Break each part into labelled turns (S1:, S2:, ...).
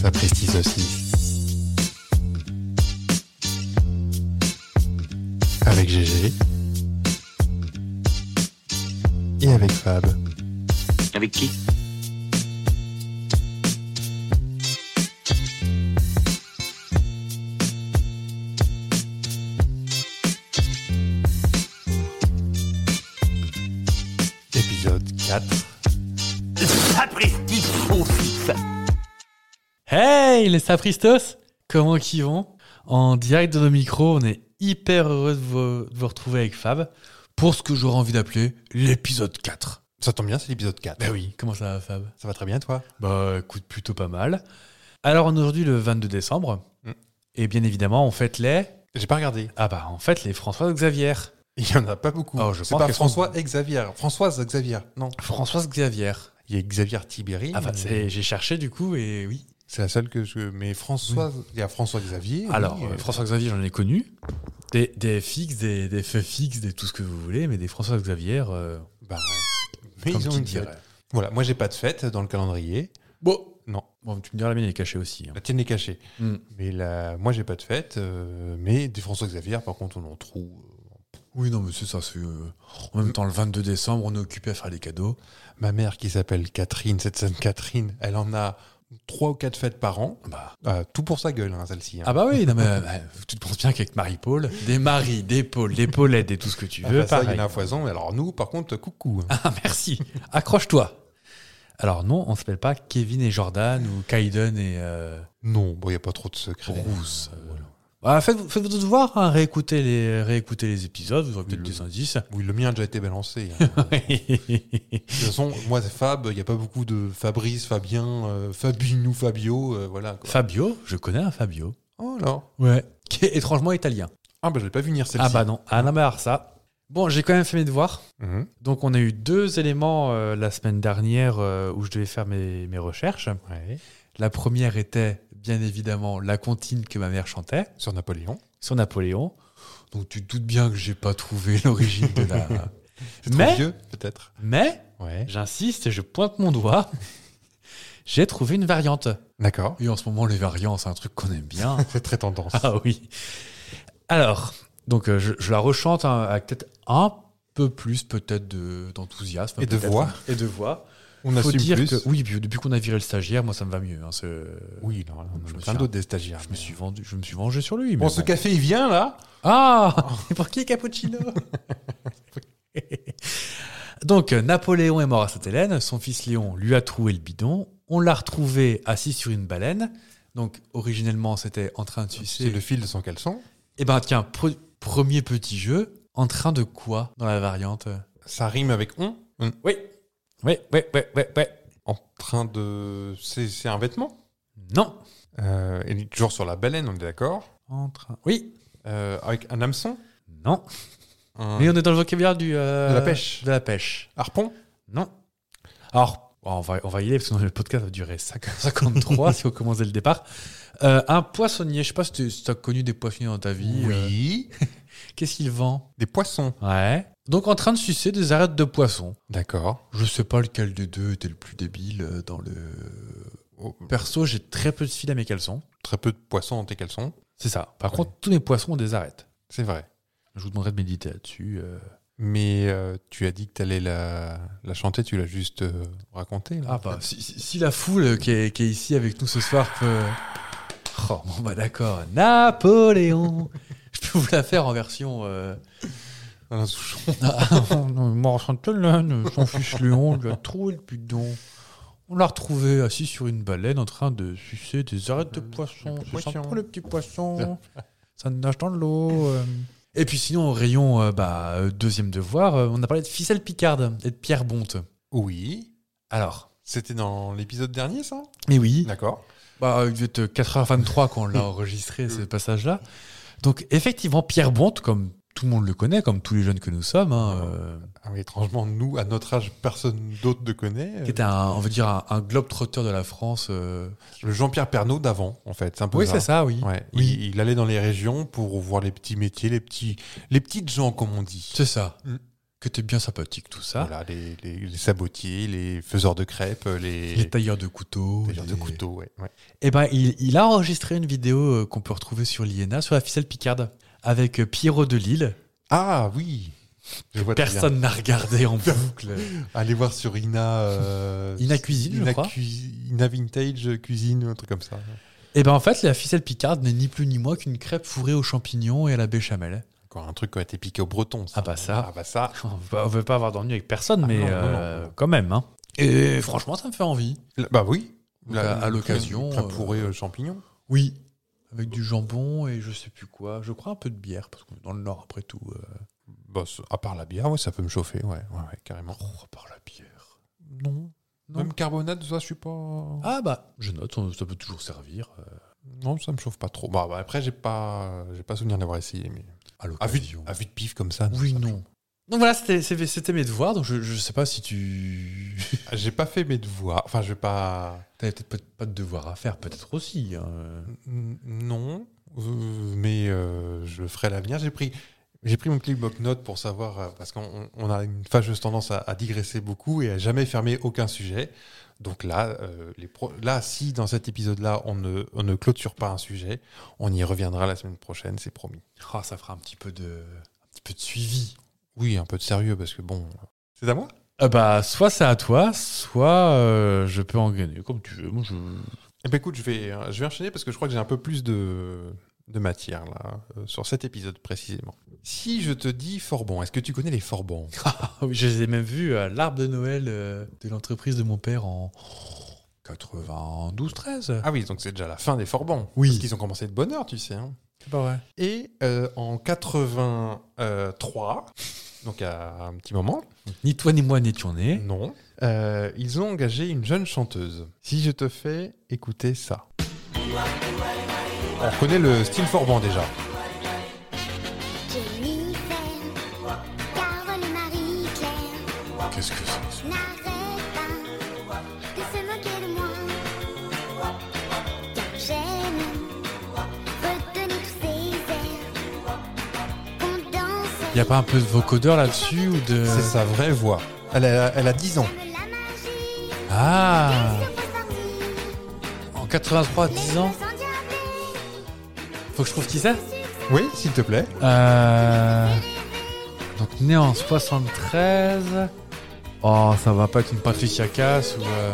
S1: ça précise aussi. Avec GG. Et avec Fab.
S2: Avec qui
S1: Épisode 4.
S2: Sapristi Faux-Fif
S3: Hey les sapristos Comment qu'ils vont En direct de nos micros, on est hyper heureux de vous, de vous retrouver avec Fab pour ce que j'aurais envie d'appeler l'épisode 4.
S1: Ça tombe bien, c'est l'épisode 4.
S3: Bah oui, comment ça va Fab
S1: Ça va très bien, toi
S3: Bah écoute, plutôt pas mal. Alors on est aujourd'hui le 22 décembre,
S1: Mm.
S3: et bien évidemment on fête les...
S1: J'ai pas regardé.
S3: Ah bah en fait les François Xavier.
S1: Il y en a pas beaucoup.
S3: Oh, je
S1: c'est
S3: pense
S1: pas
S3: qu'elles
S1: François et Xavier. Françoise Xavier. Non.
S3: Françoise Xavier.
S1: Il y a Xavier Tibéri.
S3: Ah bah c'est- j'ai cherché du coup, et oui.
S1: C'est la seule que je. Mais Françoise. Il y a François Xavier.
S3: Alors,
S1: oui,
S3: euh,
S1: euh,
S3: François Xavier, j'en ai connu. Des, des fixes, des, des feux fixes, des tout ce que vous voulez, mais des François Xavier... euh,
S1: Bah ouais. Mais
S3: Comme
S1: ils ont
S3: qui
S1: une
S3: dirait.
S1: fête. Voilà, moi j'ai pas de fête dans le calendrier.
S3: Bon.
S1: Non,
S3: Bon, tu me diras, la mienne elle est cachée aussi. hein.
S1: la tienne est cachée.
S3: Mm.
S1: Mais la... moi j'ai pas de fête, euh, mais des François Xavier, par contre, on en trouve. euh,
S3: Oui, non, mais c'est ça. c'est, euh, en même temps, le 22 décembre, on est occupé à faire des cadeaux.
S1: Ma mère qui s'appelle Catherine, cette sainte Catherine, elle en a trois ou quatre fêtes par an.
S3: Bah.
S1: Euh, tout pour sa gueule, hein, celle-ci. hein.
S3: Ah bah oui, non, mais euh, tu te penses bien qu'avec Marie-Paul, des Marie, des Paul, des Paulettes et tout ce que tu
S1: Ah,
S3: veux.
S1: bah, ça, il y
S3: pareil.
S1: en a un foison. mais Alors nous, par contre, coucou. hein.
S3: Ah, merci. Accroche-toi. Alors non, on s'appelle pas Kevin et Jordan ou Kaiden et euh,
S1: Non, bon, il n'y a pas trop de secrets.
S3: Rousse. euh, voilà. Ah, faites-vous faites votre devoir, hein, réécoutez, les, réécoutez les épisodes, vous aurez peut-être
S1: Oui,
S3: des indices.
S1: Oui, le mien a déjà été balancé. hein. de toute façon, moi, c'est Fab, il n'y a pas beaucoup de Fabrice, Fabien, euh, Fabinou, Fabio, euh, voilà. quoi.
S3: Fabio, je connais un Fabio.
S1: Oh là
S3: Ouais. Qui est étrangement italien.
S1: Ah bah je vais pas venir celle-ci.
S3: Ah bah non, ah non mais alors ça. Bon, j'ai quand même fait mes devoirs.
S1: Mhm.
S3: Donc on a eu deux éléments euh, la semaine dernière euh, où je devais faire mes, mes recherches. La première était bien évidemment la comptine que ma mère chantait
S1: Sur Napoléon.
S3: sur Napoléon. Donc tu te doutes bien que j'ai pas trouvé l'origine de la. mais
S1: vieux, peut-être.
S3: mais
S1: Ouais.
S3: j'insiste et je pointe mon doigt. j'ai trouvé une variante.
S1: D'accord.
S3: Et en ce moment les variantes c'est un truc qu'on aime bien.
S1: C'est très tendance.
S3: Ah oui. Alors, donc euh, je, je la rechante hein, avec peut-être un peu plus peut-être de- d'enthousiasme.
S1: Et de
S3: peut-être. hein.
S1: voix.
S3: Et de voix.
S1: On
S3: Faut
S1: assume
S3: dire
S1: plus.
S3: que oui, puis depuis qu'on a viré le stagiaire, moi ça me va mieux. hein, c'est- je
S1: Oui, non, non, on
S3: Je me
S1: a
S3: suis
S1: plein d'autres des stagiaires.
S3: me suis vendu, je me suis vengé sur lui. mais
S1: Bon, ce
S3: bon.
S1: café, il vient, là
S3: Ah, et pour qui cappuccino Donc euh, Napoléon est mort à Sainte-Hélène, son fils Léon lui a troué le bidon, on l'a retrouvé assis sur une baleine. Donc originellement c'était en train de
S1: C'est
S3: sucer
S1: le fil de son caleçon.
S3: Eh ben tiens, pre- premier petit jeu, en train de quoi dans la variante
S1: Ça rime avec on. Mm.
S3: Oui, oui, oui, oui, oui, ouais.
S1: En train de... C'est c'est un vêtement.
S3: Non.
S1: Euh, et toujours sur la baleine, on est d'accord.
S3: En train. Oui.
S1: Euh, avec un hameçon.
S3: Non.
S1: Un
S3: Mais on est dans le vocabulaire du. euh,
S1: Ah. De la pêche.
S3: De la pêche.
S1: harpon.
S3: Non. Alors, bon, on va, on va y aller parce que sinon le podcast va durer 50 53 si on commence dès le départ. Euh, un poissonnier, je sais pas si tu as connu des poissonniers dans ta vie. euh,
S1: Oui.
S3: Qu'est-ce qu'il vend
S1: Des poissons.
S3: Ouais. Donc en train de sucer des arêtes de poisson.
S1: D'accord.
S3: Je sais pas lequel des deux était le plus débile euh, dans le.
S1: Oh,
S3: Perso, j'ai très peu de fil à mes caleçons.
S1: très peu de poissons dans tes caleçons.
S3: C'est ça. Par
S1: Ouais.
S3: contre, tous mes poissons ont des arêtes.
S1: C'est vrai.
S3: Je vous demanderai de méditer là-dessus. euh.
S1: Mais euh, tu as dit que tu allais la, la chanter, tu l'as juste euh, raconté. Là,
S3: Ah bah, si, si- si la foule qui est, qui est ici avec nous ce soir peut... Oh, bon bah d'accord. Napoléon Je peux vous la faire en version... euh,
S1: Alain Souchon.
S3: Ah, on est mort en Sainte-Hélène, euh, son fils Léon lui a trouvé le bidon. On l'a retrouvé assis sur une baleine en train de sucer des arêtes de poisson.
S1: petits
S3: C'est sympa,
S1: poissons.
S3: Euh, le petit poisson. Ça nage dans de l'eau. euh. Et puis sinon, au rayon euh, bah, euh, deuxième devoir, euh, on a parlé de ficelle picarde et de Pierre Bonte.
S1: Oui.
S3: Alors,
S1: C'était dans l'épisode dernier, ça
S3: mais oui,
S1: D'accord.
S3: bah, euh, il devait être 4h23 quand on l'a enregistré, ce passage-là. Donc effectivement, Pierre Bonte, comme tout le monde le connaît, comme tous les jeunes que nous sommes, hein, euh,
S1: Ah, mais étrangement, nous, à notre âge, personne d'autre ne connaît. euh,
S3: qui était un, on va dire un, un globe-trotteur de la France. euh.
S1: Le Jean-Pierre Pernaud d'avant, en fait. C'est un peu
S3: Oui, c'est ça, oui.
S1: Ouais.
S3: Oui.
S1: Il, il allait dans les régions pour voir les petits métiers, les, petits, les petites gens, comme on dit.
S3: C'est ça.
S1: Mm.
S3: Que qui était bien sympathique, tout ça.
S1: Voilà, les, les- les sabotiers, les faiseurs de crêpes, euh, les,
S3: Les tailleurs de couteaux.
S1: tailleurs de
S3: les-
S1: couteaux. ouais, ouais.
S3: Eh ben, il, il a enregistré une vidéo euh, qu'on peut retrouver sur l'INA, sur la ficelle Picarde, avec euh, Pierrot de Lille.
S1: Ah oui Je vois très bien.
S3: Personne n'a regardé en boucle.
S1: Allez voir sur Ina. euh,
S3: Ina Cuisine, je
S1: Ina
S3: crois.
S1: Cui- Ina Vintage Cuisine, un truc comme ça.
S3: Eh ben, en fait, la ficelle Picarde n'est ni plus ni moins qu'une crêpe fourrée aux champignons et à la béchamel.
S1: Encore un truc qui a été piqué au breton.
S3: Ah bah ça.
S1: Ah bah ça.
S3: On va- on veut pas avoir dormi avec personne,
S1: Ah
S3: mais
S1: non, non,
S3: euh,
S1: non.
S3: quand même. Hein. Et franchement, ça me fait envie.
S1: Là- Bah oui.
S3: Donc, à- à l'occasion,
S1: Ça
S3: euh,
S1: pourrait euh, champignons.
S3: Oui. Avec du jambon et je sais plus quoi. Je crois un peu de bière, parce qu'on est dans le Nord après tout. euh.
S1: Bah, c- à part la bière, ouais, ça peut me chauffer, ouais, ouais, ouais, carrément.
S3: Oh, par la bière.
S1: Non.
S3: Non.
S1: Même carbonate, ça, je suis pas.
S3: Ah bah, je note, on- ça peut toujours servir. euh,
S1: Non, ça me chauffe pas trop. Bah, bah, après, j'ai pas, j'ai pas souvenir d'avoir essayé, mais.
S3: à
S1: À vue,
S3: l'occasion.
S1: à vue de pif comme ça.
S3: Oui, non. Donc voilà, c'était- c'était c'était mes devoirs. Donc je, je sais pas si tu.
S1: J'ai pas fait mes devoirs. Enfin, je vais pas.
S3: T'avais peut-être pas, pas de devoirs à faire, peut-être aussi. hein.
S1: N- Non, euh, mais euh, je le ferai à l'avenir. J'ai pris, j'ai pris mon petit bloc-notes pour savoir, euh, parce qu'on on- on a une fâcheuse tendance à, à digresser beaucoup et à jamais fermer aucun sujet. Donc là, euh, les pro- là si dans cet épisode-là, on ne, on ne clôture pas un sujet, on y reviendra la semaine prochaine, c'est promis.
S3: Ah, ça fera un petit peu de, un petit peu de suivi.
S1: Oui, un peu de sérieux, parce que bon. C'est à moi
S3: Ah bah, soit c'est à toi, soit euh, je peux en gagner, comme tu veux. Moi, je...
S1: Eh ben écoute, je vais, je vais enchaîner parce que je crois que j'ai un peu plus de, de matière là, euh, sur cet épisode précisément. Si je te dis Forban, est-ce que tu connais les Forbans
S3: Ah oui, je les ai même vus à l'arbre de Noël euh, de l'entreprise de mon père en 92, 13.
S1: Ah oui, donc c'est déjà la fin des Forbans.
S3: Oui.
S1: Parce qu'ils ont commencé de bonne heure, tu sais. hein.
S3: c'est pas vrai.
S1: Et euh, en 83, donc à un petit moment,
S3: Ni toi ni moi n'étions nés.
S1: non, euh, ils ont engagé une jeune chanteuse. Si je te fais écouter ça. On reconnaît le style Forban déjà.
S4: Jennifer, Carole et Marie-Claire,
S3: Qu'est-ce que c'est
S4: je n'arrête pas de se moquer de moi. Car j'aime retenir tous ces airs qu'on dansait.
S3: Y a pas un peu de vocodeur là-dessus ou de.
S1: C'est sa vraie voix. Euh. Elle a, elle a 10 ans.
S4: Comme la magie,
S3: Ah
S4: sur vos orties,
S3: En 83,
S4: les
S3: 10 ans
S4: yeux endiablés,
S3: Faut que je trouve qui c'est
S1: Oui, s'il te plaît.
S3: Euh. Donc né en 73. Oh, ça va pas être une Patricia Cass ou. euh,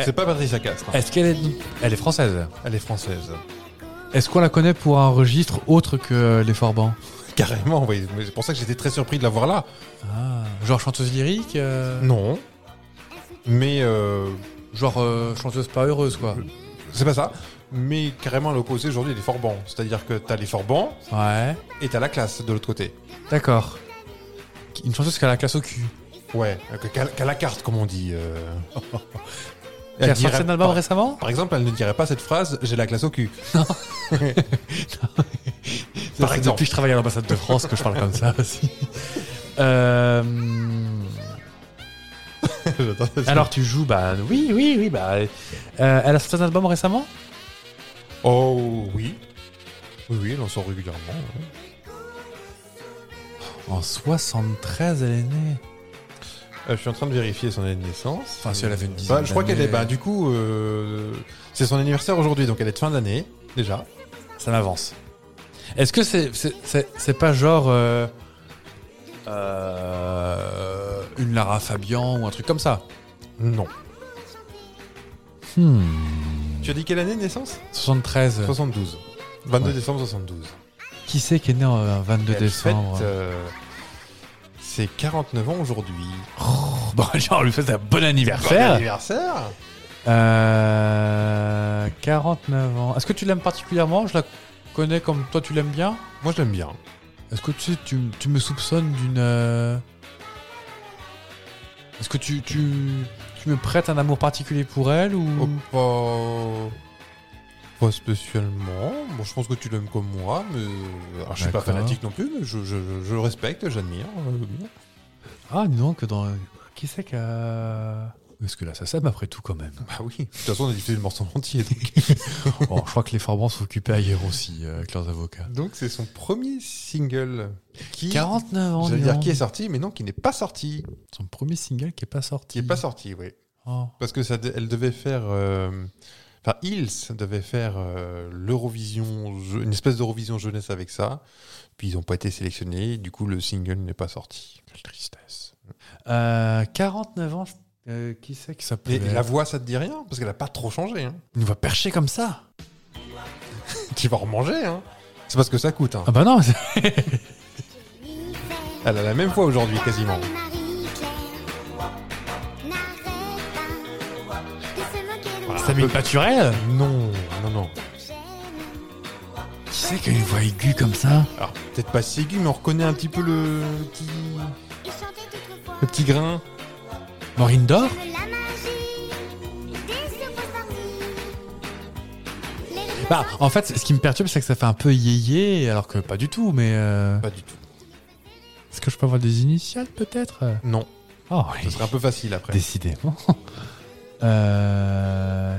S1: C'est pas Patricia Castre. hein.
S3: Est-ce qu'elle est. Elle est française.
S1: Elle est française.
S3: Est-ce qu'on la connaît pour un registre autre que les Forbans
S1: Carrément, oui. Mais C'est pour ça que j'étais très surpris de la voir là.
S3: ah, Genre chanteuse lyrique euh,
S1: Non. Mais euh,
S3: Genre euh, chanteuse pas heureuse, quoi.
S1: C'est pas ça, mais carrément à l'opposé aujourd'hui des forbans. C'est-à-dire que t'as les forbans
S3: Ouais,
S1: et t'as la classe de l'autre côté.
S3: d'accord. Une chanteuse qui a la classe au cul.
S1: Ouais, que- qu'à qu'à la carte comme on dit. euh.
S3: Qui a
S1: dirait
S3: sorti un album
S1: pas-
S3: récemment
S1: par exemple, elle ne dirait pas cette phrase j'ai la classe au cul. Par
S3: Ça, c'est
S1: exemple.
S3: Depuis que je travaille à l'ambassade de France que je parle comme ça aussi. Euh,
S1: J'adore ça.
S3: alors tu joues, bah oui, oui, oui, bah. euh, elle a sorti un album récemment
S1: Oh oui. Oui, oui, elle en sort régulièrement. ouais.
S3: En 73, elle est née.
S1: Euh, je suis en train de vérifier son année de naissance.
S3: Enfin, si elle avait une dizaine
S1: Bah, je crois qu'elle est.
S3: d'années.
S1: Bah, du coup, euh, c'est son anniversaire aujourd'hui, donc elle est de fin d'année, déjà.
S3: Ça m'avance. Est-ce que c'est c'est- c'est- c'est pas genre euh, euh, une Lara Fabian ou un truc comme ça
S1: Non.
S3: Hmm.
S1: Tu as dit quelle année de naissance
S3: 73.
S1: 72. 22
S3: Ouais.
S1: décembre 72.
S3: Qui c'est qui est né en euh, 22
S1: Elle
S3: décembre
S1: fête, euh, ses 49 ans aujourd'hui.
S3: Oh, Bon, genre, on lui fait un bon anniversaire.
S1: anniversaire
S3: Euh, 49 ans. Est-ce que tu l'aimes particulièrement Je la connais comme toi, tu l'aimes bien
S1: Moi, je l'aime bien.
S3: Est-ce que tu, sais, tu, tu me soupçonnes d'une. euh, Est-ce que tu, tu, tu me prêtes un amour particulier pour elle ou...
S1: Mm. Oh, pas... pas spécialement. Bon, je pense que tu l'aimes comme moi, mais euh, alors, je suis pas
S3: D'accord.
S1: fanatique non plus, mais je, je- je le respecte, j'admire. euh, bien.
S3: Ah, dis donc, dans. Qui c'est qui a. Parce que là, ça s'aime après tout quand même.
S1: Bah oui. De toute façon, on a diffusé le morceau en entier. donc.
S3: Bon, je crois que les Forbans sont occupés ailleurs aussi euh, avec leurs avocats.
S1: Donc, c'est son premier single qui.
S3: 49 ans,
S1: J'allais
S3: dis
S1: dire
S3: donc.
S1: qui est sorti, mais non, qui n'est pas sorti.
S3: Son premier single qui est pas sorti.
S1: Qui est pas sorti, oui.
S3: Oh.
S1: Parce que ça, de- elle devait faire. euh, Enfin, Hills devait faire euh, l'Eurovision, je- une espèce d'Eurovision jeunesse avec ça. Puis ils n'ont pas été sélectionnés. Du coup, le single n'est pas sorti. Quelle tristesse.
S3: Euh, 49 ans, euh, qui c'est qui
S1: Et,
S3: s'appelait
S1: et la voix, ça te dit rien Parce qu'elle n'a pas trop changé. Hein.
S3: Une voix perchée comme ça
S1: tu vas remanger. Hein. C'est parce que ça coûte. Hein.
S3: Ah bah non c'est-
S1: Elle a la même voix aujourd'hui, quasiment.
S4: Carole Marie-Claire n'arrête pas de se moquer de moi.
S3: Samuel Paturel
S1: Euh, Non, non, non.
S4: J'aime
S3: Qui c'est qui a une voix aiguë comme ça
S1: Alors, peut-être pas si aigu, mais on reconnaît un petit peu le petit,
S4: et chanter d'autrefois.
S1: le petit grain.
S3: Maureen Dor
S4: J'aime la magie des heureuses parties. Les rythmes
S3: bah, En fait, ce qui me perturbe, c'est que ça fait un peu yéyé, alors que pas du tout, mais... euh,
S1: Pas du tout.
S3: Est-ce que je peux avoir des initiales, peut-être
S1: Non,
S3: Oh,
S1: ce serait un peu facile après.
S3: Décidément. Euh...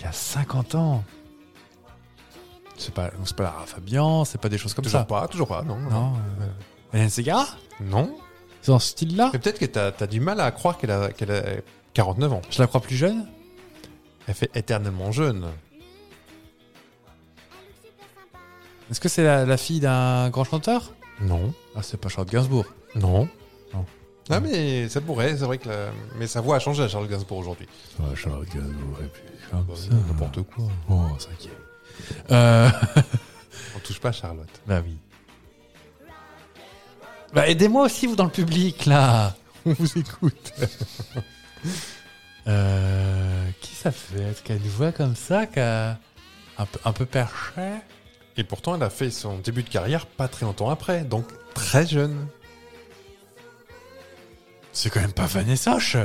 S3: Il y a 50 ans. C'est pas, donc c'est pas Lara Fabian, c'est pas des choses comme
S1: toujours
S3: ça.
S1: pas, toujours pas, non.
S3: Non. euh, Hélène Segara
S1: Non.
S3: C'est dans ce style-là
S1: Mais peut-être que t'as as du mal à croire qu'elle a, qu'elle a 49 ans.
S3: Je la crois plus jeune
S1: Elle fait éternellement jeune.
S3: Est-ce que c'est la, la fille d'un grand chanteur
S1: Non.
S3: Ah, c'est pas Charles Gainsbourg.
S1: Non.
S3: Non.
S1: Ah mais ça pourrait, c'est vrai que la... mais sa voix a changé à Charles Gainsbourg aujourd'hui.
S3: Charles Gainsbourg et puis
S1: N'importe quoi.
S3: Oh, ça qui est. Euh...
S1: On touche pas à Charlotte.
S3: Bah oui. Bah aidez-moi aussi, vous, dans le public, là
S1: On vous écoute.
S3: Euh, qui ça fait être qu'elle voix comme ça, qui a un peu, un peu perché
S1: Et pourtant, elle a fait son début de carrière pas très longtemps après, donc très jeune.
S3: C'est quand même pas Vanessa Hoche.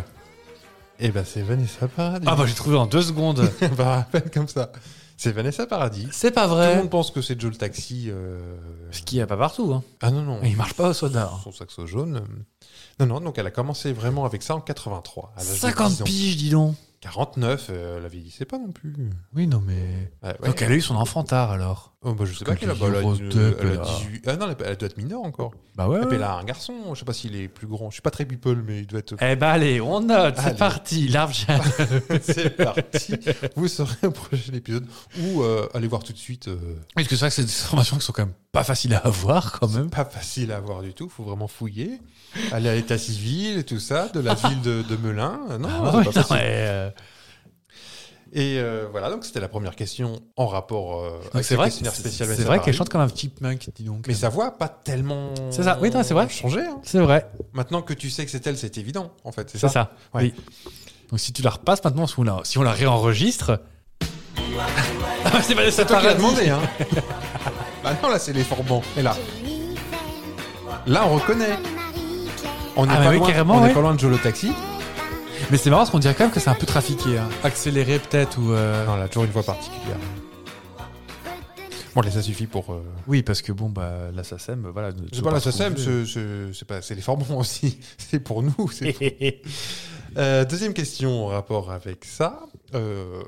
S1: Et ben c'est Vanessa Paradis.
S3: Ah bah j'ai trouvé en deux secondes.
S1: Bah, à peine comme ça. C'est Vanessa Paradis.
S3: C'est pas
S1: Tout le
S3: vrai.
S1: monde pense que c'est Joe le taxi. euh,
S3: Ce qu'il y a pas partout. Hein.
S1: Ah non, non.
S3: Et Il marche pas au soda. hein.
S1: Son saxo jaune. euh, Non, non, donc elle a commencé vraiment avec ça en 83.
S3: Ah,
S1: à l'âge de 10
S3: 50
S1: ans.
S3: piges, dis donc.
S1: 49, euh, elle a vieilli, c'est pas non plus.
S3: Oui, non, mais.
S1: Ouais, ouais.
S3: Donc elle a eu son enfant tard alors.
S1: Oh, bah, je sais
S3: Quand
S1: pas quelle a.
S3: tu
S1: bah, elle a
S3: ouvres
S1: dû-
S3: deux,
S1: elle a
S3: là.
S1: 18 Ah non, elle- elle doit être mineure encore.
S3: Bah ouais.
S1: Et puis elle a un garçon, je sais pas s'il est plus grand. Je suis pas très people, mais il doit être.
S3: Eh bah allez, Ah, on note, c'est
S1: Allez.
S3: parti, l'argent.
S1: c'est parti. Vous saurez au prochain épisode. Ou euh, allez voir tout de suite. euh,
S3: Est-ce que c'est vrai que c'est des informations qui sont quand même pas faciles à avoir quand même
S1: pas facile à avoir du tout, faut vraiment fouiller. Aller à l'état civil et tout ça, de la ville de, de Melun. Euh, Non,
S3: Ah
S1: c'est pas
S3: ouais, non,
S1: facile.
S3: mais, euh,
S1: Et euh, voilà, donc c'était la première question en rapport euh,
S3: donc
S1: avec
S3: c'est
S1: le
S3: vrai, que-
S1: questionnaire
S3: c'est
S1: spécial.
S3: c'est
S1: Vanessa
S3: vrai qu'elle
S1: Paradis.
S3: chante comme un chipmunk, dis donc.
S1: Mais sa voix a pas tellement.
S3: C'est ça, oui, non, c'est vrai.
S1: Changé. hein.
S3: C'est vrai.
S1: Maintenant que tu sais que c'est elle, c'est évident, en fait. C'est
S3: C'est
S1: ça.
S3: ça.
S1: Ouais.
S3: Oui. Donc si tu la repasses maintenant, si on la, si on la réenregistre. Ah bah, c'est Vanessa
S1: Toi qui l'as
S3: Paradis.
S1: demandé, hein. bah non, là, c'est les forbans. Et là, là, on reconnaît.
S4: Carole Marie-Claire
S1: On n'est
S3: Ah, bah
S1: pas,
S3: oui,
S1: loin-
S3: carrément,
S1: on
S3: ouais.
S1: est pas loin de Jolo Taxi.
S3: Mais c'est marrant parce qu'on dirait quand même que c'est un peu trafiqué. hein. Accéléré peut-être ou. euh,
S1: Non, là, toujours une voix particulière. Bon, là, ça suffit pour. euh,
S3: Oui, parce que bon, bah, la SACEM, voilà. ne-
S1: C'est
S3: ne
S1: pas la
S3: trouver.
S1: SACEM, c'est- c'est c'est pas- c'est les Forbans aussi. C'est pour nous. c'est pour- Euh, deuxième question en rapport avec ça. Euh,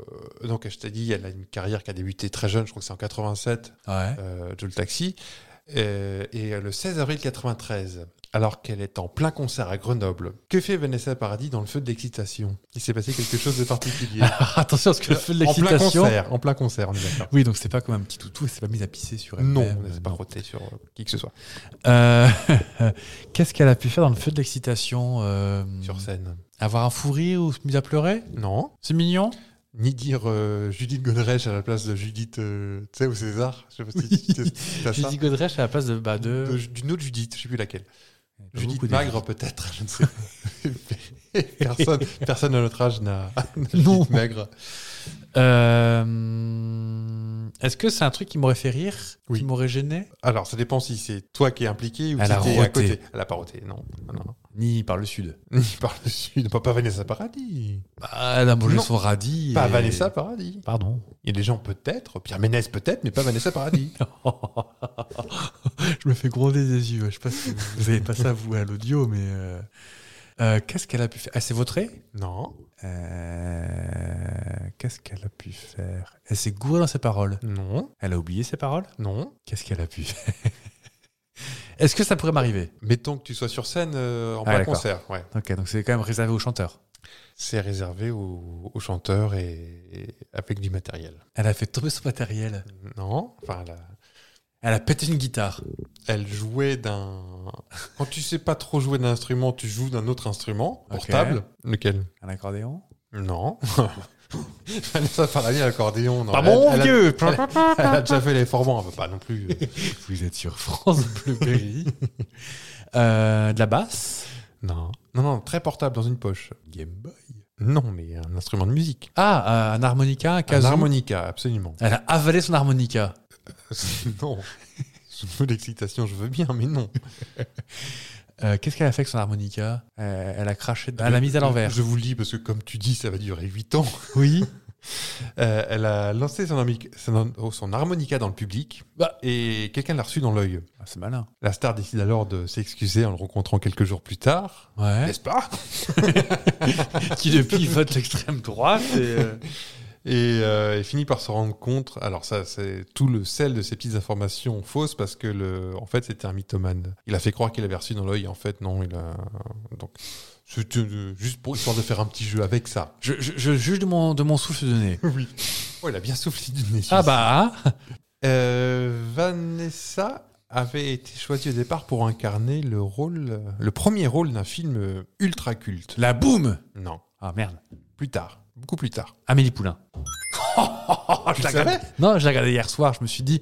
S1: donc, je t'ai dit, elle a une carrière qui a débuté très jeune, je crois que c'est en 87,
S3: Ouais.
S1: euh, Joe le Taxi. Euh, et le 16 avril 93, alors qu'elle est en plein concert à Grenoble, que fait Vanessa Paradis dans le feu de l'excitation Il s'est passé quelque chose de particulier.
S3: Alors, attention, parce que le feu de
S1: en plein
S3: Ah, l'excitation.
S1: concert, en plein concert, on est d'accord.
S3: Oui, donc c'est pas comme un petit toutou, elle s'est pas mise à pisser sur elle.
S1: Non, on ne s'est pas roté sur euh, qui que ce soit
S3: Euh, Qu'est-ce qu'elle a pu faire dans le feu de l'excitation euh,
S1: sur scène.
S3: Avoir un fou rire ou se mise à pleurer
S1: Non.
S3: C'est mignon
S1: ni dire euh, Judith Godrèche à la place de Judith, euh, tu sais, au César. Je sais pas si tu- tu- t'as
S3: J'ai
S1: ça.
S3: dit Godrèche à la place de. Bah, de...
S1: De- D'une autre Judith, je sais plus laquelle.
S3: Pas
S1: Judith
S3: beaucoup des-
S1: Magre, peut-être, je ne sais pas. personne, personne à notre âge n'a n'a
S3: Non.
S1: Judith Magre.
S3: Euh, Est-ce que c'est un truc qui m'aurait fait rire
S1: Oui.
S3: Qui m'aurait gêné
S1: Alors, ça dépend si c'est toi qui es impliqué ou
S3: Elle
S1: si
S3: a
S1: t'es à
S3: roté.
S1: côté. Elle a pas roté, non. Non, non.
S3: Ni par le sud.
S1: Ni par le sud. Pas, pas Vanessa Paradis.
S3: Bah, elle a mangé
S1: Non.
S3: son radis.
S1: Pas
S3: et-
S1: Vanessa Paradis.
S3: Pardon.
S1: Il y a des gens peut-être, Pierre Ménès peut-être, mais pas Vanessa Paradis.
S3: je me fais gronder des yeux. Je sais pas si vous avez pas ça, vous, à l'audio, mais. euh, Euh, Qu'est-ce qu'elle a pu faire Elle s'est vautrée
S1: Non,
S3: Euh, Qu'est-ce qu'elle a pu faire Elle s'est gourée dans ses paroles.
S1: non,
S3: Elle a oublié ses paroles
S1: non.
S3: Qu'est-ce qu'elle a pu faire Est-ce que ça pourrait m'arriver
S1: Mettons que tu sois sur scène euh, en
S3: Ah,
S1: plein
S3: d'accord.
S1: concert. Ouais.
S3: Ok, donc c'est quand même réservé aux chanteurs.
S1: C'est réservé aux, aux chanteurs et, et avec du matériel.
S3: Elle a fait tomber son matériel.
S1: Non, enfin, elle, a-
S3: Elle a pété une guitare.
S1: elle jouait d'un. Quand tu sais pas trop jouer d'un instrument, tu joues d'un autre instrument
S3: Ok.
S1: portable. Lequel
S3: Un accordéon
S1: Non. Vanessa Paradis, l'accordéon. non.
S3: Ah
S1: Elle-
S3: mon
S1: elle a-
S3: Dieu
S1: Elle a déjà fait les formants, on peut pas non plus. euh,
S3: Vous êtes sur France Bleuberry. Euh, de la basse
S1: non. non, non, très portable dans une poche.
S3: Game Boy.
S1: Non, mais un instrument de musique.
S3: Ah, euh, un harmonica, un
S1: Un
S3: kazoo.
S1: harmonica, absolument.
S3: Elle a avalé son harmonica.
S1: non. Sous le mot d'excitation, je veux bien, mais non.
S3: Euh, Qu'est-ce qu'elle a fait avec son harmonica Euh, Elle a craché. Elle l'a mise à l'envers.
S1: Je vous le dis parce que, comme tu dis, ça va durer 8 ans.
S3: Oui.
S1: Euh, elle a lancé son, harmic- son- oh, son harmonica dans le public
S3: Bah.
S1: et quelqu'un l'a reçu dans l'œil.
S3: Ah, c'est malin.
S1: La star décide alors de s'excuser en le rencontrant quelques jours plus tard.
S3: Ouais.
S1: N'est-ce pas
S3: Qui depuis vote l'extrême droite. euh,
S1: Et euh, elle finit par se rendre compte. Alors ça, c'est tout le sel de ces petites informations fausses parce que le, en fait, c'était un mythomane. Il a fait croire qu'il avait reçu dans l'œil. En fait, non, il a. Donc, c'était euh, juste pour histoire de faire un petit jeu avec ça.
S3: Je, je- je juge de mon, de mon souffle de nez.
S1: Oui. Oh, il a bien soufflé du nez.
S3: Ah bah, ah.
S1: Euh, Vanessa avait été choisie au départ pour incarner le rôle, le premier rôle d'un film euh, ultra culte.
S3: la boum
S1: Non,
S3: Ah merde.
S1: plus tard, beaucoup plus tard.
S3: Amélie Poulain.
S1: Tu
S3: je la
S1: le savais
S3: regardais- Non, je l'ai regardé hier soir. Je me suis dit,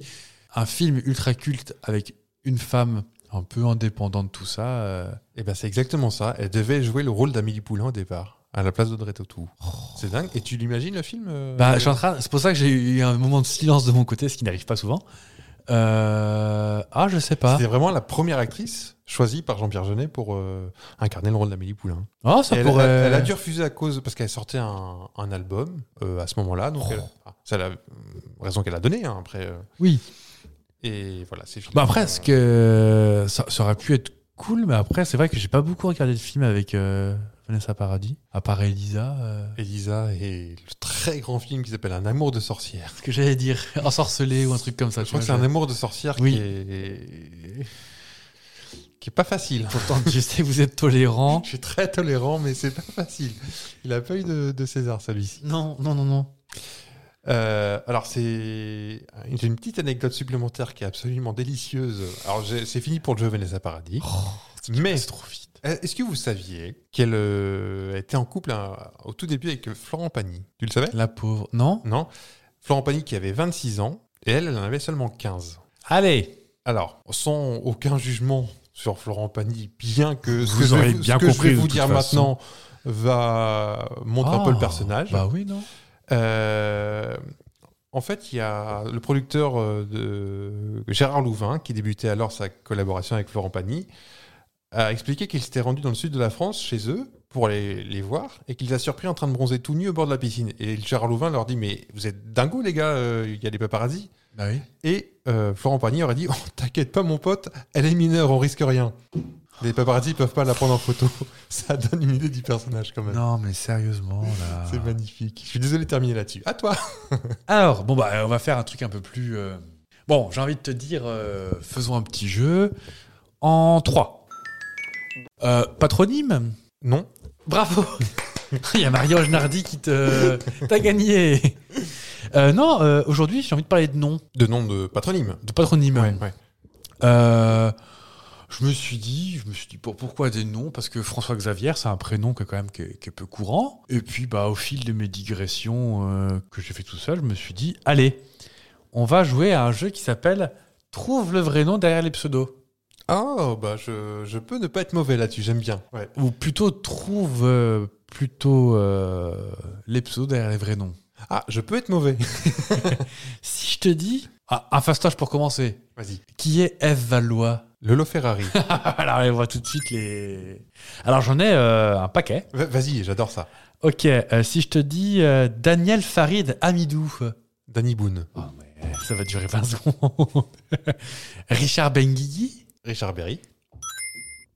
S3: un film ultra culte avec une femme un peu indépendante de tout ça. euh,
S1: Eh ben, c'est exactement ça. Elle devait jouer le rôle d'Amélie Poulain au départ, à la place d'Audrey Tautou. C'est dingue. Et tu l'imagines le film euh,
S3: Oh. Bah, je suis en train. C'est pour ça que j'ai eu un moment de silence de mon côté, ce qui n'arrive pas souvent. Euh, Ah, je sais pas.
S1: C'était vraiment la première actrice choisie par Jean-Pierre Jeunet pour euh, incarner le rôle d'Amélie Poulain.
S3: Oh, ça
S1: Et elle,
S3: pourrait.
S1: elle- elle a dû refuser à cause parce qu'elle sortait un, un album euh, à ce moment-là.
S3: Oh.
S1: Donc, elle- ah, c'est la euh, raison qu'elle a donnée hein, après. euh.
S3: Oui.
S1: Et voilà, c'est fini.
S3: Bah après, ce que ça, ça aurait pu être cool, mais après, c'est vrai que j'ai pas beaucoup regardé de films avec euh, Vanessa Paradis, à part Elisa. euh,
S1: Elisa et le très grand film qui s'appelle Un amour de sorcière.
S3: ce que j'allais dire, ensorcelé ou un truc comme ça.
S1: Je
S3: tu
S1: crois que c'est
S3: vois,
S1: un amour de sorcière
S3: Oui.
S1: qui est qui est pas facile.
S3: Pourtant, je sais que vous êtes tolérant.
S1: Je suis très tolérant, mais c'est pas facile. Il a pas eu de, de César celui-ci.
S3: Non, non, non, non.
S1: Euh, alors c'est une, j'ai une petite anecdote supplémentaire qui est absolument délicieuse. Alors j'ai- c'est fini pour le jeu Vanessa Paradis. mais
S3: trop vite.
S1: Euh, Est-ce que vous saviez qu'elle euh, était en couple hein, au tout début avec Florent Pagny Tu le savais
S3: La pauvre. Non
S1: Non. Florent Pagny qui avait 26 ans et elle, elle en avait seulement 15.
S3: Allez
S1: Alors, sans aucun jugement sur Florent Pagny, bien que ce
S3: Vous
S1: que, je
S3: aurez
S1: vais vous- ce
S3: bien
S1: que je
S3: compris
S1: vais
S3: de
S1: vous
S3: toute
S1: dire
S3: façon.
S1: maintenant va montre un peu le
S3: Ah,
S1: personnage.
S3: Bah oui, non
S1: Euh, en fait, il y a le producteur euh, de Gérard Louvain, qui débutait alors sa collaboration avec Florent Pagny, a expliqué qu'il s'était rendu dans le sud de la France, chez eux, pour les, les voir, et qu'il les a surpris en train de bronzer tout nu au bord de la piscine. Et Gérard Louvain leur dit Mais vous êtes dingos, les gars, euh, il y a des paparazzis.
S3: Bah oui.
S1: Et euh, Florent Pagny aurait dit Oh, T'inquiète pas, mon pote, elle est mineure, on risque rien. Les paparazzis peuvent pas la prendre en photo. Ça donne une idée du personnage, quand même.
S3: Non, mais sérieusement, là.
S1: C'est magnifique. Je suis désolé de terminer là-dessus. À toi
S3: Alors, bon, bah, on va faire un truc un peu plus. euh, Bon, j'ai envie de te dire, euh, faisons un petit jeu en trois. Euh, patronyme
S1: Non
S3: Bravo Il y a Mario Genardi qui te. T'as gagné Euh, Non, euh, aujourd'hui, j'ai envie de parler de nom,
S1: De nom de patronyme.
S3: de patronyme.
S1: ouais.
S3: Euh, je me suis dit, je me suis dit pour- pourquoi des noms Parce que François Xavier, c'est un prénom que, quand même qui est, qui est peu courant. Et puis, bah, au fil de mes digressions euh, que j'ai fait tout seul, je me suis dit, allez, on va jouer à un jeu qui s'appelle Trouve le vrai nom derrière les pseudos.
S1: Ah, bah je, je peux ne pas être mauvais là-dessus, j'aime bien. Ouais.
S3: Ou plutôt trouve euh, plutôt euh, les pseudos derrière les vrais noms.
S1: Ah, je peux être mauvais.
S3: Si je te dis, ah, un fastoche pour commencer.
S1: Vas-y.
S3: Qui est Eve Valois
S1: Lolo Ferrari.
S3: Alors, on voit tout de suite les. Alors, j'en ai euh, un paquet.
S1: Va- Vas-y, j'adore ça.
S3: Ok, euh, si je te dis euh, Daniel Farid Hamidou.
S1: Danny Boone.
S3: Oh, mais ça va durer 20 secondes. Richard Benguigui.
S1: Richard Berry.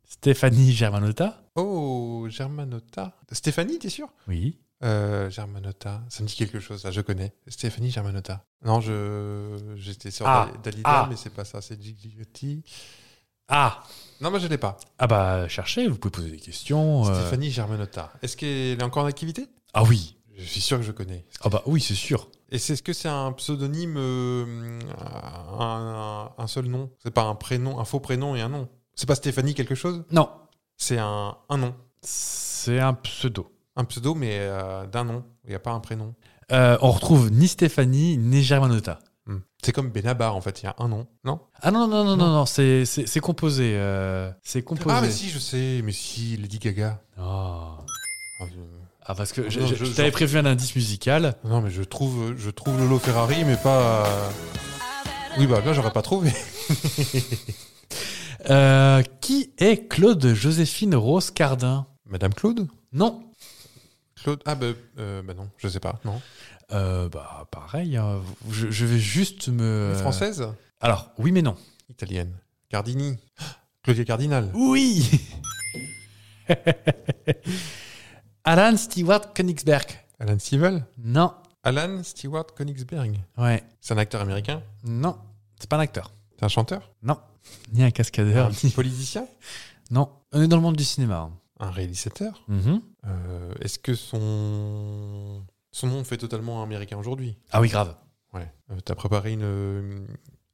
S3: Stéphanie Germanotta.
S1: Oh, Germanota. Stéphanie, t'es sûr
S3: Oui.
S1: euh, Germanota, ça me dit quelque chose, ça, je connais. Stéphanie Germanota. Non, je j'étais sur
S3: Ah,
S1: Dal- Dalida,
S3: ah.
S1: mais c'est pas ça, c'est Gigliotti.
S3: Ah
S1: Non, moi je l'ai pas.
S3: Ah bah, cherchez, vous pouvez poser des questions. euh.
S1: Stéphanie Germanotta. Est-ce qu'elle est encore en activité
S3: Ah oui.
S1: Je suis sûr que je connais.
S3: Ah bah oui, c'est sûr.
S1: Et c'est ce que c'est un pseudonyme, euh, un, un seul nom C'est pas un prénom, un faux prénom et un nom C'est pas Stéphanie quelque chose
S3: Non.
S1: C'est un, un nom.
S3: C'est un pseudo.
S1: Un pseudo, mais euh, d'un nom. Il n'y a pas un prénom.
S3: Euh, on retrouve ni Stéphanie, ni Germanota.
S1: Hmm. C'est comme Benabar, en fait. Il y a un nom, non
S3: Ah non, non, non, non, non, c'est c'est- c'est composé. euh, c'est composé.
S1: Ah, mais si, je sais. Mais si, Lady Gaga.
S3: Oh.
S1: Ah, je-
S3: Ah, parce que je,
S1: Non,
S3: je-
S1: je-
S3: je t'avais
S1: je-
S3: prévu un indice musical.
S1: Non, mais je trouve, je trouve Lolo Ferrari, mais pas... euh, Oui, bah là, j'aurais pas trouvé.
S3: Euh, qui est Claude Joséphine Rose Cardin
S1: Madame Claude
S3: Non.
S1: Claude Ah, bah, euh, bah non, je sais pas. Non.
S3: Euh, bah, pareil, hein, je, je vais juste me.
S1: Française
S3: Alors, oui, mais non.
S1: Euh, Italienne. Cardini. Claudia Cardinal.
S3: Oui Alan Stewart Königsberg.
S1: Alan Stivell.
S3: Non.
S1: Alan Stewart Königsberg.
S3: Ouais.
S1: C'est un acteur américain
S3: Non. C'est pas un acteur.
S1: C'est un chanteur
S3: Non. Ni un cascadeur.
S1: Un
S3: ni-
S1: politicien
S3: Non. On est dans le monde du cinéma. hein.
S1: Un réalisateur
S3: Mhm.
S1: Euh, Est-ce que son... son nom fait totalement américain aujourd'hui
S3: Ah oui, grave.
S1: Ouais. Euh, T'as préparé une...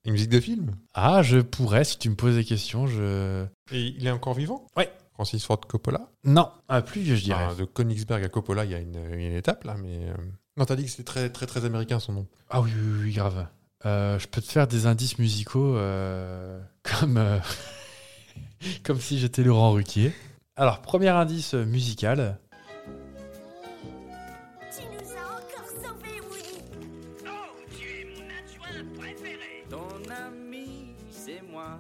S1: une musique de film
S3: Ah, je pourrais, si tu me poses des questions, je.
S1: Et il est encore vivant
S3: Ouais.
S1: Francis Ford Coppola
S3: Non. Ah, plus vieux, je dirais.
S1: Enfin, De Königsberg à Coppola, il y a une, il y a une étape là, mais. euh, Non, t'as dit que c'était très, très, très américain son nom.
S3: Ah oui, oui, oui, grave. Euh, je peux te faire des indices musicaux euh, comme, euh, comme si j'étais Laurent Ruquier. Alors, premier indice musical.
S4: Tu nous as encore sauvés, Willy.
S5: Ton ami, c'est moi.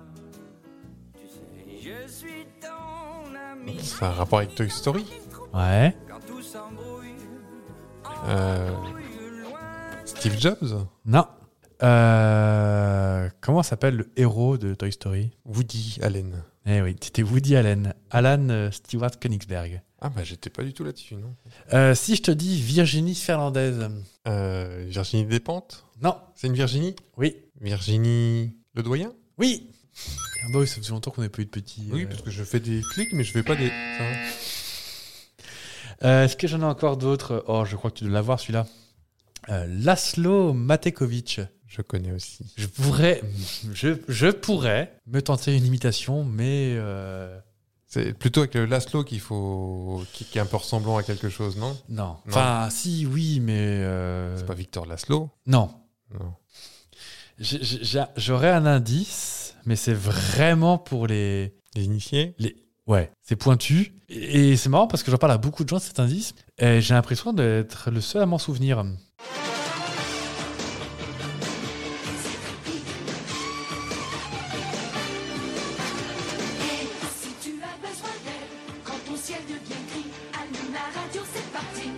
S5: Tu sais, je suis ton ami.
S1: C'est un rapport avec Toy Story
S3: Ouais.
S5: Quand tout s'embrouille,
S1: Euh,
S5: embrouille loin.
S1: Steve Jobs
S3: Non. Euh, comment s'appelle le héros de Toy Story
S1: Woody Allen.
S3: Eh oui, c'était Woody Allen. Alan euh, Stewart Königsberg.
S1: Ah bah j'étais pas du tout là-dessus, non
S3: Euh, si je te dis Virginie Fernandez.
S1: Euh, Virginie Despentes
S3: Non.
S1: C'est une Virginie
S3: Oui.
S1: Virginie Le Doyen
S3: Oui. Ah bah oui, ça faisait longtemps qu'on n'avait pas eu de petit.
S1: Oui,
S3: euh,
S1: parce que je fais des clics, mais je fais pas des... ça.
S3: Euh, Est-ce que j'en ai encore d'autres Oh, je crois que tu dois l'avoir celui-là. Euh, Laszlo Matekovic.
S1: Je connais aussi.
S3: Je pourrais, je, je pourrais me tenter une imitation, mais euh,
S1: C'est plutôt avec le Laszlo qu'il faut... qui qui est un peu ressemblant à quelque chose, non
S3: non. Enfin, si, oui, mais euh,
S1: C'est pas Victor Laszlo
S3: non.
S1: Non.
S3: J'ai- j'ai- j'ai- J'aurais un indice, mais c'est vraiment pour les,
S1: Les initiés
S3: les- ouais, c'est pointu. Et, et c'est marrant parce que j'en parle à beaucoup de gens de cet indice. Et j'ai l'impression d'être le seul à m'en souvenir.
S6: Si tu as besoin d'aide, quand ton ciel devient gris, allume la radio, c'est parti.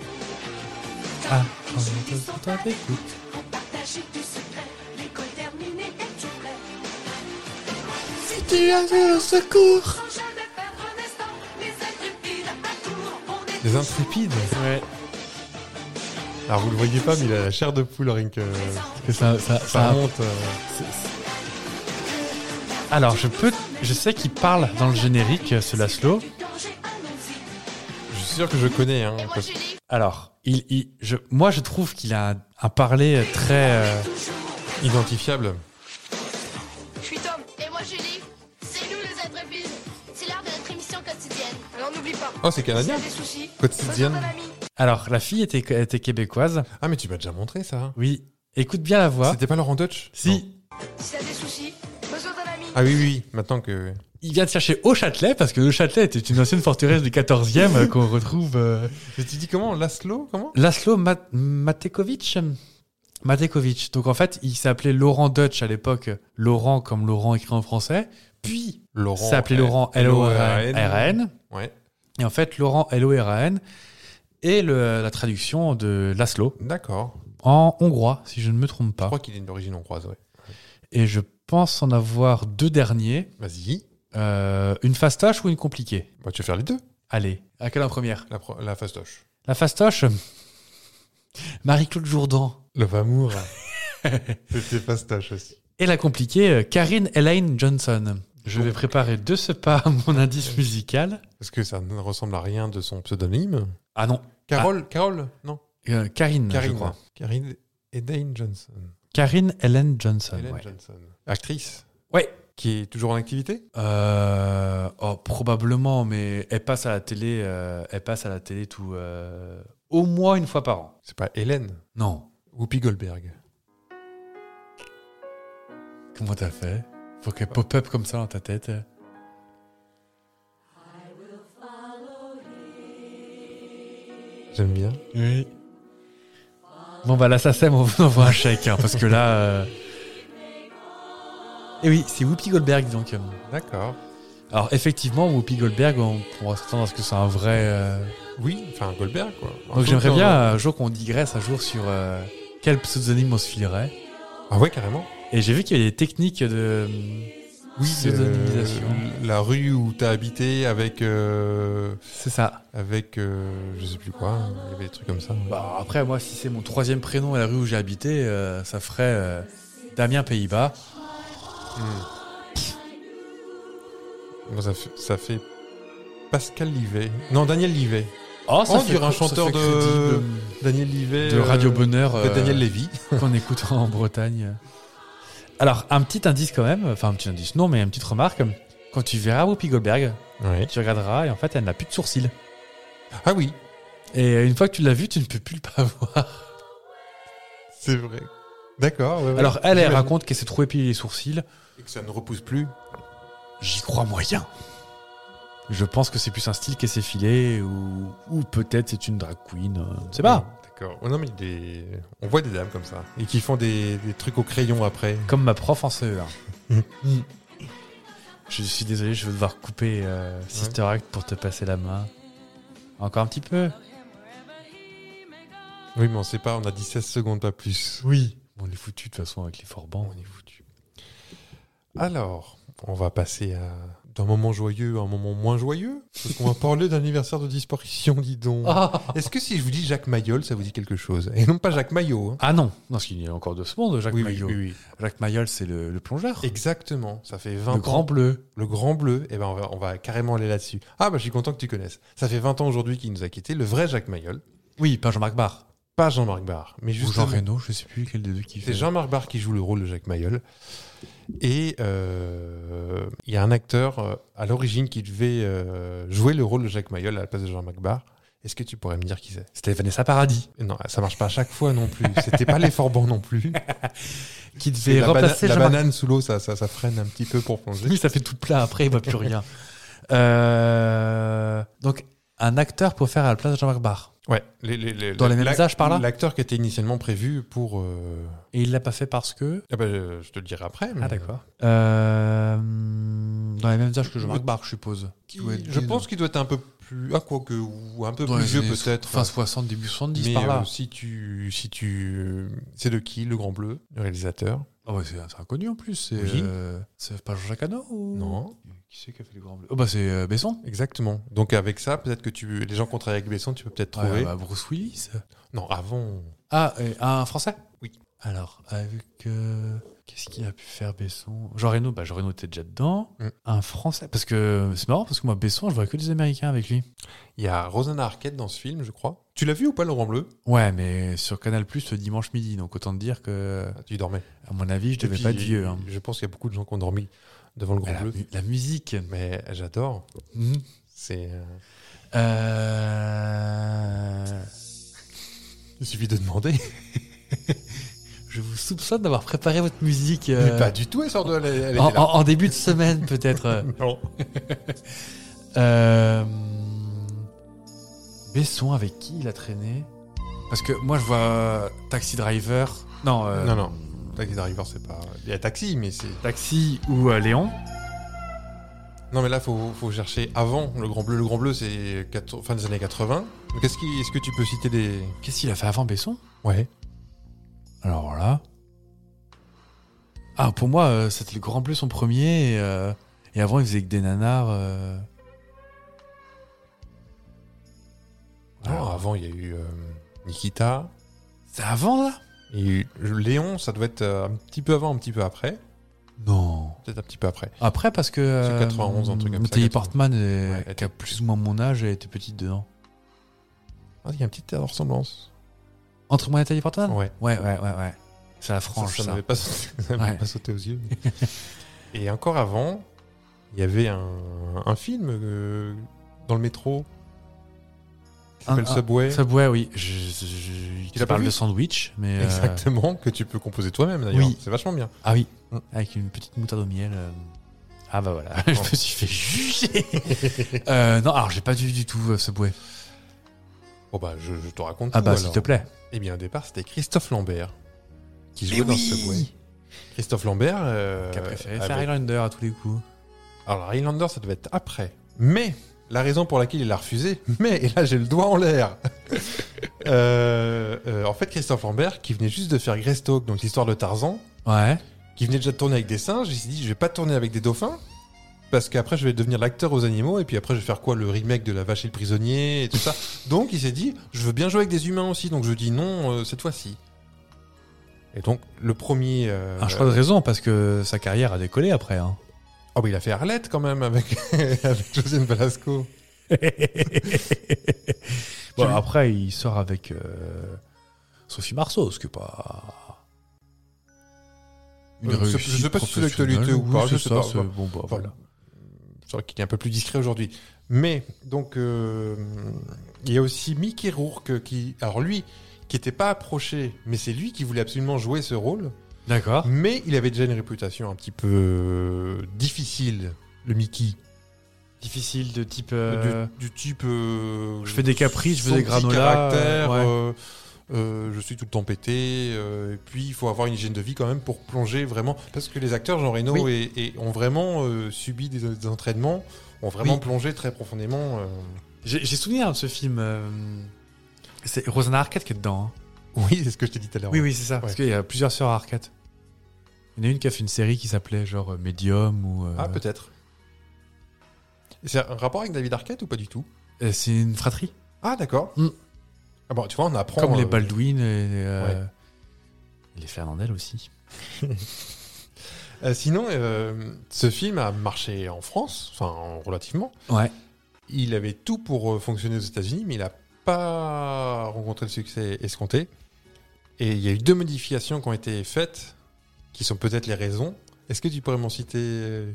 S3: Ah,
S6: T'as envie du son à l'écoute, pour partager tes secrets, l'école terminée est tout prêt. Si tu as le secours, sans jamais perdre un instant, les intrépides à tout moment, on est
S1: Les
S6: toujours
S1: intrépides
S3: Ouais.
S1: Alors vous le voyez pas, mais il a la chair de poule, rien que...
S6: présents.
S3: Que ça, ça,
S1: Ça
S3: ça,
S1: monte... euh,
S3: C'est- c'est- Alors, je peux, je sais qu'il parle dans le générique, euh, ce Laszlo.
S6: Du danger, allons-y.
S1: Je suis sûr que je connais, hein. parce-
S3: Alors, il, il- je, moi, je trouve qu'il a un, un parler très. euh,
S1: Identifiable.
S7: Je suis Tom. Et moi Julie. C'est nous les intrépides. C'est l'heure de notre émission quotidienne. Alors n'oublie pas.
S1: Oh, c'est canadien
S7: S'il y a des soucis.
S1: Quotidienne.
S7: besoin d'un ami.
S3: Alors, la fille était, était québécoise.
S1: Ah mais tu m'as déjà montré ça
S3: Oui. Écoute bien la voix.
S1: C'était pas Laurent Dutch Non.
S3: Si.
S7: S'il y a des soucis. Besoin d'un ami.
S1: Ah oui, oui, oui, maintenant que...
S3: Il vient de chercher au Châtelet parce que le Châtelet était une ancienne forteresse du 14e euh, qu'on retrouve. euh,
S1: Mais tu dis comment Laszlo, comment
S3: Laszlo Mat- Matekovic Matekovic. Donc en fait, il s'appelait Laurent Dutch à l'époque, Laurent comme Laurent écrit en français, puis
S1: Laurent.
S3: s'appelait
S1: L-
S3: Laurent
S1: L-O-R-A-N.
S3: L-O-R-N.
S1: Ouais.
S3: Et en fait, Laurent L-O-R-A-N est le- la traduction de Laszlo
S1: D'accord.
S3: en hongrois, si je ne me trompe
S1: Je
S3: pas.
S1: crois qu'il est d'origine hongroise, ouais.
S3: Et je pense en avoir deux derniers.
S1: Vas-y.
S3: Euh, une fastoche ou une compliquée
S1: Bah, tu vas faire les deux.
S3: Allez, à quelle en première
S1: La, pro- la fastoche.
S3: La fastoche Marie-Claude Jourdan.
S1: Love Amour. C'était fastoche aussi.
S3: Et la compliquée, euh, Karine Elaine Johnson. Je vais préparer de ce pas mon indice musical.
S1: Parce que ça ne ressemble à rien de son pseudonyme.
S3: Ah non,
S1: Carole Carole Non.
S3: euh, Karine, je
S1: Karine.
S3: crois.
S1: Karine et Dane Johnson.
S3: Karine Ellen Johnson.
S1: Helen
S3: ouais.
S1: Johnson. Actrice
S3: Ouais.
S1: qui est toujours en activité
S3: Euh, oh, probablement, mais elle passe à la télé, euh, elle passe à la télé tout euh, au moins une fois par an.
S1: C'est pas Hélène
S3: Non.
S1: Whoopi Goldberg.
S3: Comment t'as fait Faut qu'elle pop-up comme ça dans ta tête.
S1: J'aime bien.
S3: Oui. Bon bah là ça sème, on vous envoie un chèque hein, parce que là. Et oui, c'est Whoopi Goldberg donc.
S1: D'accord.
S3: Alors effectivement, Whoopi Goldberg, on pourra s'attendre à ce que c'est un vrai. euh,
S1: Oui, enfin Goldberg quoi.
S3: Donc j'aimerais
S1: Dans-
S3: bien un jour qu'on digresse un jour sur euh, quel pseudonyme on se filerait.
S1: Ah ouais, carrément.
S3: Et j'ai vu qu'il y avait des techniques de oui, pseudonymisation.
S1: Euh, la rue où t'as habité avec. euh,
S3: C'est ça.
S1: avec. euh, je sais plus quoi. Il y avait des trucs comme ça.
S3: Bah, après, moi, si c'est mon troisième prénom et la rue où j'ai habité, euh, ça ferait euh, Damien Pays-Bas.
S1: Hmm. Bon, ça, fait, ça fait Pascal Livet. Non, Daniel Livet.
S3: Oh, ça
S1: on
S3: fait
S1: dirait un
S3: cr- ça
S1: chanteur
S3: fait
S1: de-
S3: crédit
S1: Daniel Livet.
S3: de, de Radio
S1: euh,
S3: Bonheur
S1: de
S3: euh,
S1: Daniel Lévy.
S3: qu'on écoute en Bretagne. Alors, un petit indice quand même, enfin un petit indice, non, mais une petite remarque. Quand tu verras Whoopi Goldberg,
S1: Ouais.
S3: tu regarderas et en fait, elle n'a plus de sourcils.
S1: Ah oui,
S3: Et une fois que tu l'as vu, tu ne peux plus le pas voir.
S1: c'est vrai. D'accord. ouais, ouais.
S3: Alors, elle, elle
S1: J'imagine.
S3: raconte qu'elle s'est trop épilée les sourcils.
S1: Et que ça ne repousse plus.
S3: J'y crois moyen. Je pense que c'est plus un style qui s'est filé ou, ou peut-être c'est une drag queen. euh, On ne sait pas.
S1: D'accord. Oh non, mais des... on voit des dames comme ça. Et qui font des, des trucs au crayon après.
S3: Comme ma prof en CE1. Mm. je suis désolé, je vais devoir couper euh, Sister Act pour te passer la main. Encore un petit peu
S1: Oui, mais on sait pas, on a 16 secondes, pas plus.
S3: Oui. On est foutu de toute façon avec les forbans.
S1: On est foutu. Alors, on va passer à d'un moment joyeux à un moment moins joyeux. Parce qu'on va parler d'un anniversaire de disparition, dis donc.
S3: Ah,
S1: Est-ce que si je vous dis Jacques Mayol, ça vous dit quelque chose Et non pas Jacques Maillot. hein.
S3: Ah non, non, parce qu'il y a encore deux secondes, Jacques
S1: Oui, oui,
S3: Mayol.
S1: oui, oui.
S3: Jacques Mayol, c'est le, le plongeur.
S1: Exactement. Ça fait 20
S3: le
S1: ans.
S3: grand bleu.
S1: Le grand bleu. Et ben on va, on va carrément aller là-dessus. Ah, bah, je suis content que tu connaisses. Ça fait 20 ans aujourd'hui qu'il nous a quitté, le vrai Jacques Mayol.
S3: Oui, pas Jean-Marc Barr.
S1: Pas Jean-Marc Barr, mais
S3: Ou
S1: juste
S3: Jean Reno, je sais plus quel des deux qui fait.
S1: C'est Jean-Marc Barr qui joue le rôle de Jacques Mayol. Et euh, il y a un acteur euh, à l'origine qui devait euh, jouer le rôle de Jacques Mayol à la place de Jean-Marc Barr. Est-ce que tu pourrais me dire qui c'est
S3: C'était Vanessa Paradis.
S1: Non, ça marche pas à chaque fois non plus. C'était pas les forbans non plus.
S3: qui
S1: Et la,
S3: devait
S1: bana-
S3: remplacer
S1: la
S3: Jean-Marc.
S1: banane sous l'eau, ça, ça, ça freine un petit peu pour plonger.
S3: Oui, ça fait tout plat après, il voit plus rien. Euh, donc, un acteur pour faire à la place de Jean-Marc Barr.
S1: Ouais. les- les- les-
S3: Dans les mêmes
S1: l'ac-
S3: âges, par là
S1: L'acteur qui était initialement prévu pour. euh,
S3: Et il l'a pas fait parce que.
S1: ah bah, euh, je te le dirai après. mais-
S3: Ah, d'accord. Euh, dans les mêmes âges que Jean-Marc Barr, je suppose.
S1: Qui- je pense qu'il doit être hein. un peu plus. Ah, quoi que. Ou un peu plus vieux peut-être.
S3: Fin 60, début 70,
S1: Mais
S3: par là.
S1: euh, si tu, si tu, euh, c'est de qui le Grand Bleu, le réalisateur
S3: Ah ouais, c'est c'est inconnu en plus. C'est
S1: Oui.
S3: euh, c'est pas Jean-Jacques Hano ou...
S1: Non.
S3: Qui c'est qui a fait le grand bleu Oh, bah, c'est euh, Besson.
S1: Exactement. Donc avec ça, peut-être que tu, les gens qui ont travaillé avec Besson, tu peux peut-être
S3: Ouais,
S1: trouver.
S3: bah, Bruce Willis.
S1: Non, avant.
S3: Ah, et un français
S1: Oui.
S3: Alors, avec. euh, Qu'est-ce qu'il a pu faire Besson Jean Reno, bah Jean Reno était déjà dedans.
S1: Mm.
S3: Un français. Parce que c'est marrant, parce que moi, Besson, je vois que des Américains avec lui.
S1: Il y a Rosanna Arquette dans ce film, je crois. Tu l'as vu ou pas, le Grand Bleu
S3: Ouais, mais sur Canal Plus le dimanche midi, donc autant te dire que,
S1: Ah, Tu dormais.
S3: à mon avis, je devais
S1: Et
S3: pas être
S1: puis,
S3: vieux. hein.
S1: Je pense qu'il y a beaucoup de gens qui ont dormi devant le Grand
S3: La,
S1: Bleu.
S3: mu- la musique.
S1: Mais j'adore.
S3: Mm.
S1: C'est. euh,
S3: Euh,
S1: Il suffit de demander.
S3: Je vous soupçonne d'avoir préparé votre musique euh, oh,
S1: Mais pas du tout. Elle sort de. Elle, elle
S3: en,
S1: était là.
S3: en- en début de semaine, peut-être.
S1: Non.
S3: Euh, Besson, avec qui il a traîné Parce que moi, je vois euh, Taxi Driver. Non, euh,
S1: non, non. Taxi Driver, c'est pas. Il y a Taxi, mais c'est.
S3: Taxi ou euh, Léon.
S1: Non, mais là, faut, faut chercher avant le Grand Bleu. Le Grand Bleu, c'est quatre- fin des années 80. Donc, est-ce qu'il- est-ce que tu peux citer des.
S3: Qu'est-ce qu'il a fait avant Besson
S1: Ouais.
S3: Alors là. Ah, pour moi, euh, c'était le Grand Bleu son premier. Et, euh, et avant, il faisait que des nanars. euh.
S1: Non, avant, il y a eu euh, Nikita.
S3: C'est avant, là
S1: Il y a eu Léon, ça doit être euh, un petit peu avant, un petit peu après.
S3: Non.
S1: Peut-être un petit peu après.
S3: Après, parce que.
S1: C'est
S3: euh,
S1: 91, un truc comme ça,
S3: Nathalie
S1: 91.
S3: Portman, est-
S1: Ouais, elle
S3: qui a
S1: était-
S3: plus ou moins mon âge, elle était petite dedans.
S1: Ah, il y a une petite ressemblance.
S3: Entre moi et Nathalie Portman
S1: Ouais.
S3: Ouais, ouais, ouais, ouais. C'est la frange,
S1: ça
S3: Ah. ça.
S1: ça m'avait pas, sauté- ça
S3: Ouais.
S1: m'avait pas sauté aux yeux. Et encore avant, il y avait un, un film euh, dans le métro qui
S3: Un-
S1: s'appelle
S3: un-
S1: Subway.
S3: Subway, oui. Je, je- je-
S1: Tu
S3: qui
S1: l'as pas
S3: parle
S1: vu
S3: de sandwich, mais. euh,
S1: Exactement, que tu peux composer toi-même d'ailleurs.
S3: Oui.
S1: C'est vachement bien.
S3: Ah oui,
S1: Mm.
S3: avec une petite moutarde au miel. euh. Ah bah voilà, je me suis fait juger. Euh, non, alors j'ai pas vu du tout euh, Subway.
S1: Bon bah, je, je te raconte.
S3: Ah
S1: tout,
S3: bah
S1: alors.
S3: s'il te plaît.
S1: Eh bien, au départ, c'était Christophe Lambert qui
S3: Mais
S1: jouait dans
S3: oui
S1: Subway. Christophe Lambert. euh,
S3: Qu'a préféré
S1: avec-
S3: faire Highlander à tous les coups.
S1: Alors, Highlander, ça devait être après. Mais, la raison pour laquelle il a refusé, mais, et là j'ai le doigt en l'air. Euh, euh, en fait, Christophe Lambert, qui venait juste de faire Greystoke, donc l'histoire de Tarzan,
S3: Ouais.
S1: qui venait déjà de tourner avec des singes, il s'est dit, je vais pas tourner avec des dauphins, parce qu'après je vais devenir l'acteur aux animaux, et puis après je vais faire quoi Le remake de La Vache et le Prisonnier, et tout ça. donc il s'est dit, je veux bien jouer avec des humains aussi, donc je dis non euh, cette fois-ci. Et donc, le premier... euh,
S3: Un choix Ah, de raison parce que sa carrière a décollé après. Hein.
S1: Oh, bah, il a fait Arlette quand même avec, avec Josiane Balasco.
S3: Bon, après il sort avec euh, Sophie Marceau, ce qui est pas.
S1: Euh, c'est- je sais pas si c'est l'actualité ou pas,
S3: Oui,
S1: je
S3: c'est
S1: sais pas,
S3: ça, c'est-
S1: bah,
S3: Bon bah voilà.
S1: C'est vrai qu'il est un peu plus discret aujourd'hui. Mais, donc, euh, il y a aussi Mickey Rourke qui, alors lui, qui n'était pas approché, mais c'est lui qui voulait absolument jouer ce rôle.
S3: D'accord.
S1: Mais il avait déjà une réputation un petit peu euh, difficile, le Mickey.
S3: Difficile de type.
S1: Du, du type. euh,
S3: Euh, je fais des caprices, je fais
S1: son
S3: des
S1: petit
S3: granolas,
S1: caractère,
S3: ouais.
S1: euh, euh, je suis tout le temps pété. euh, et puis, il faut avoir une hygiène de vie quand même pour plonger vraiment. Parce que les acteurs, Jean Reno, et, et ont vraiment euh, subi des, des entraînements, ont vraiment
S3: Oui.
S1: plongé très profondément. euh.
S3: J'ai j'ai souvenir de ce film. euh, c'est Rosanna Arquette qui est dedans. hein.
S1: Oui, c'est ce que je t'ai dit tout à l'heure.
S3: Oui, oui, c'est ça. Parce
S1: Ouais.
S3: qu'il y a plusieurs sœurs Arquette. Il y en a une qui a fait une série qui s'appelait genre euh, Medium ou. euh,
S1: Ah, peut-être. Et C'est un rapport avec David Arquette ou pas du tout
S3: euh, c'est une fratrie.
S1: Ah, d'accord.
S3: Mm.
S1: Ah bon, tu vois, on apprend.
S3: Comme les
S1: euh,
S3: Baldwin et euh, les Fernandel aussi.
S1: euh, sinon, euh, ce film a marché en France, enfin relativement.
S3: Ouais.
S1: il avait tout pour euh, fonctionner aux États-Unis, mais il n'a pas rencontré le succès escompté. Et il y a eu deux modifications qui ont été faites, qui sont peut-être les raisons. Est-ce que tu pourrais m'en citer euh,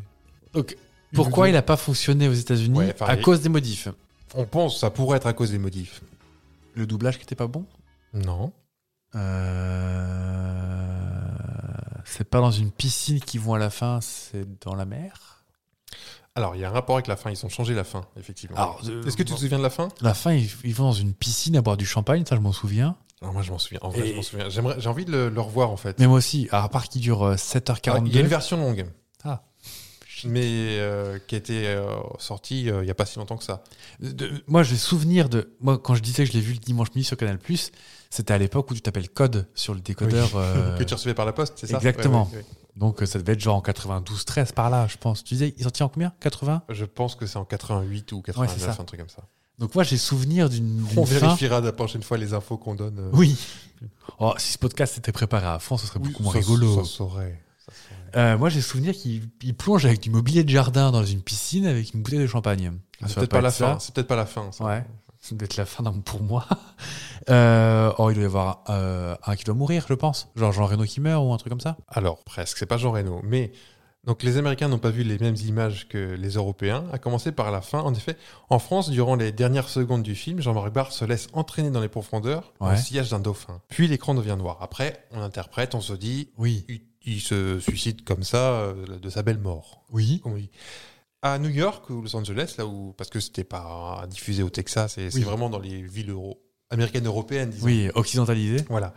S3: Donc,
S1: une ou
S3: pourquoi
S1: deux
S3: il n'a pas fonctionné aux États-Unis
S1: Ouais, enfin,
S3: À
S1: il-
S3: cause des modifs.
S1: On pense que ça pourrait être à cause des modifs.
S3: Le doublage qui était pas bon
S1: Non.
S3: Euh, C'est pas dans une piscine qu'ils vont à la fin, c'est dans la mer.
S1: Alors, il y a un rapport avec la fin. Ils ont changé la fin, effectivement.
S3: Alors, euh,
S1: Est-ce que tu te souviens de la fin
S3: À la fin, ils, ils vont dans une piscine à boire du champagne, ça je m'en souviens.
S1: Non, moi je m'en souviens. En vrai,
S3: Et-
S1: je m'en souviens. J'aimerais- J'ai envie de le, le revoir en fait.
S3: Mais moi aussi, à part qui dure euh,
S1: Ah,
S3: 7h42.
S1: Il y a une version longue.
S3: Ah.
S1: Mais euh, qui a été euh, sortie euh, il n'y a pas si longtemps que ça.
S3: de- moi, j'ai souvenir de. Moi, quand je disais que je l'ai vu le dimanche midi sur Canal, c'était à l'époque où tu t'appelles Code sur le décodeur. euh,
S1: Que tu recevais par la poste, c'est ça
S3: Exactement.
S1: Ouais, ouais, ouais.
S3: donc euh, ça devait être genre en 92-13 par là, je pense. Tu disais, il sortit en combien 80
S1: Je pense que c'est en 88 ou
S3: Ouais, c'est
S1: 89,
S3: ça.
S1: un truc comme ça.
S3: Donc moi, j'ai souvenir d'une. d'une
S1: On
S3: fin-
S1: vérifiera la prochaine fois les infos qu'on donne. euh,
S3: Oui. Oh, si ce podcast était préparé à fond, ce serait
S1: oui,
S3: beaucoup moins
S1: ça-
S3: rigolo.
S1: Ça saurait. ça saurait.
S3: Euh, moi, j'ai souvenir qu'il il plonge avec du mobilier de jardin dans une piscine avec une bouteille de champagne.
S1: Ah, C'est
S3: Ça va
S1: peut-être pas, la
S3: être ça.
S1: fin. C'est peut-être pas la fin. ça.
S3: Ouais, ça doit être la fin d'un- pour moi. Euh, oh, il doit y avoir euh, un qui doit mourir, je pense. Genre Jean Reno qui meurt ou un truc comme ça.
S1: Alors presque. C'est pas Jean Reno, mais donc les Américains n'ont pas vu les mêmes images que les Européens. À commencer par la fin. En effet, en France, durant les dernières secondes du film, Jean-Marc Barr se laisse entraîner dans les profondeurs dans
S3: Ouais.
S1: le sillage d'un dauphin. Puis l'écran devient noir. Après, on interprète, on se dit,
S3: Oui.
S1: il, il se suicide comme ça euh, de sa belle mort.
S3: Oui.
S1: comme on dit. À New York ou Los Angeles, là où, parce que c'était pas diffusé au Texas, et c'est
S3: Oui.
S1: vraiment dans les villes euro- américaines européennes, disons.
S3: Oui, occidentalisé.
S1: Voilà.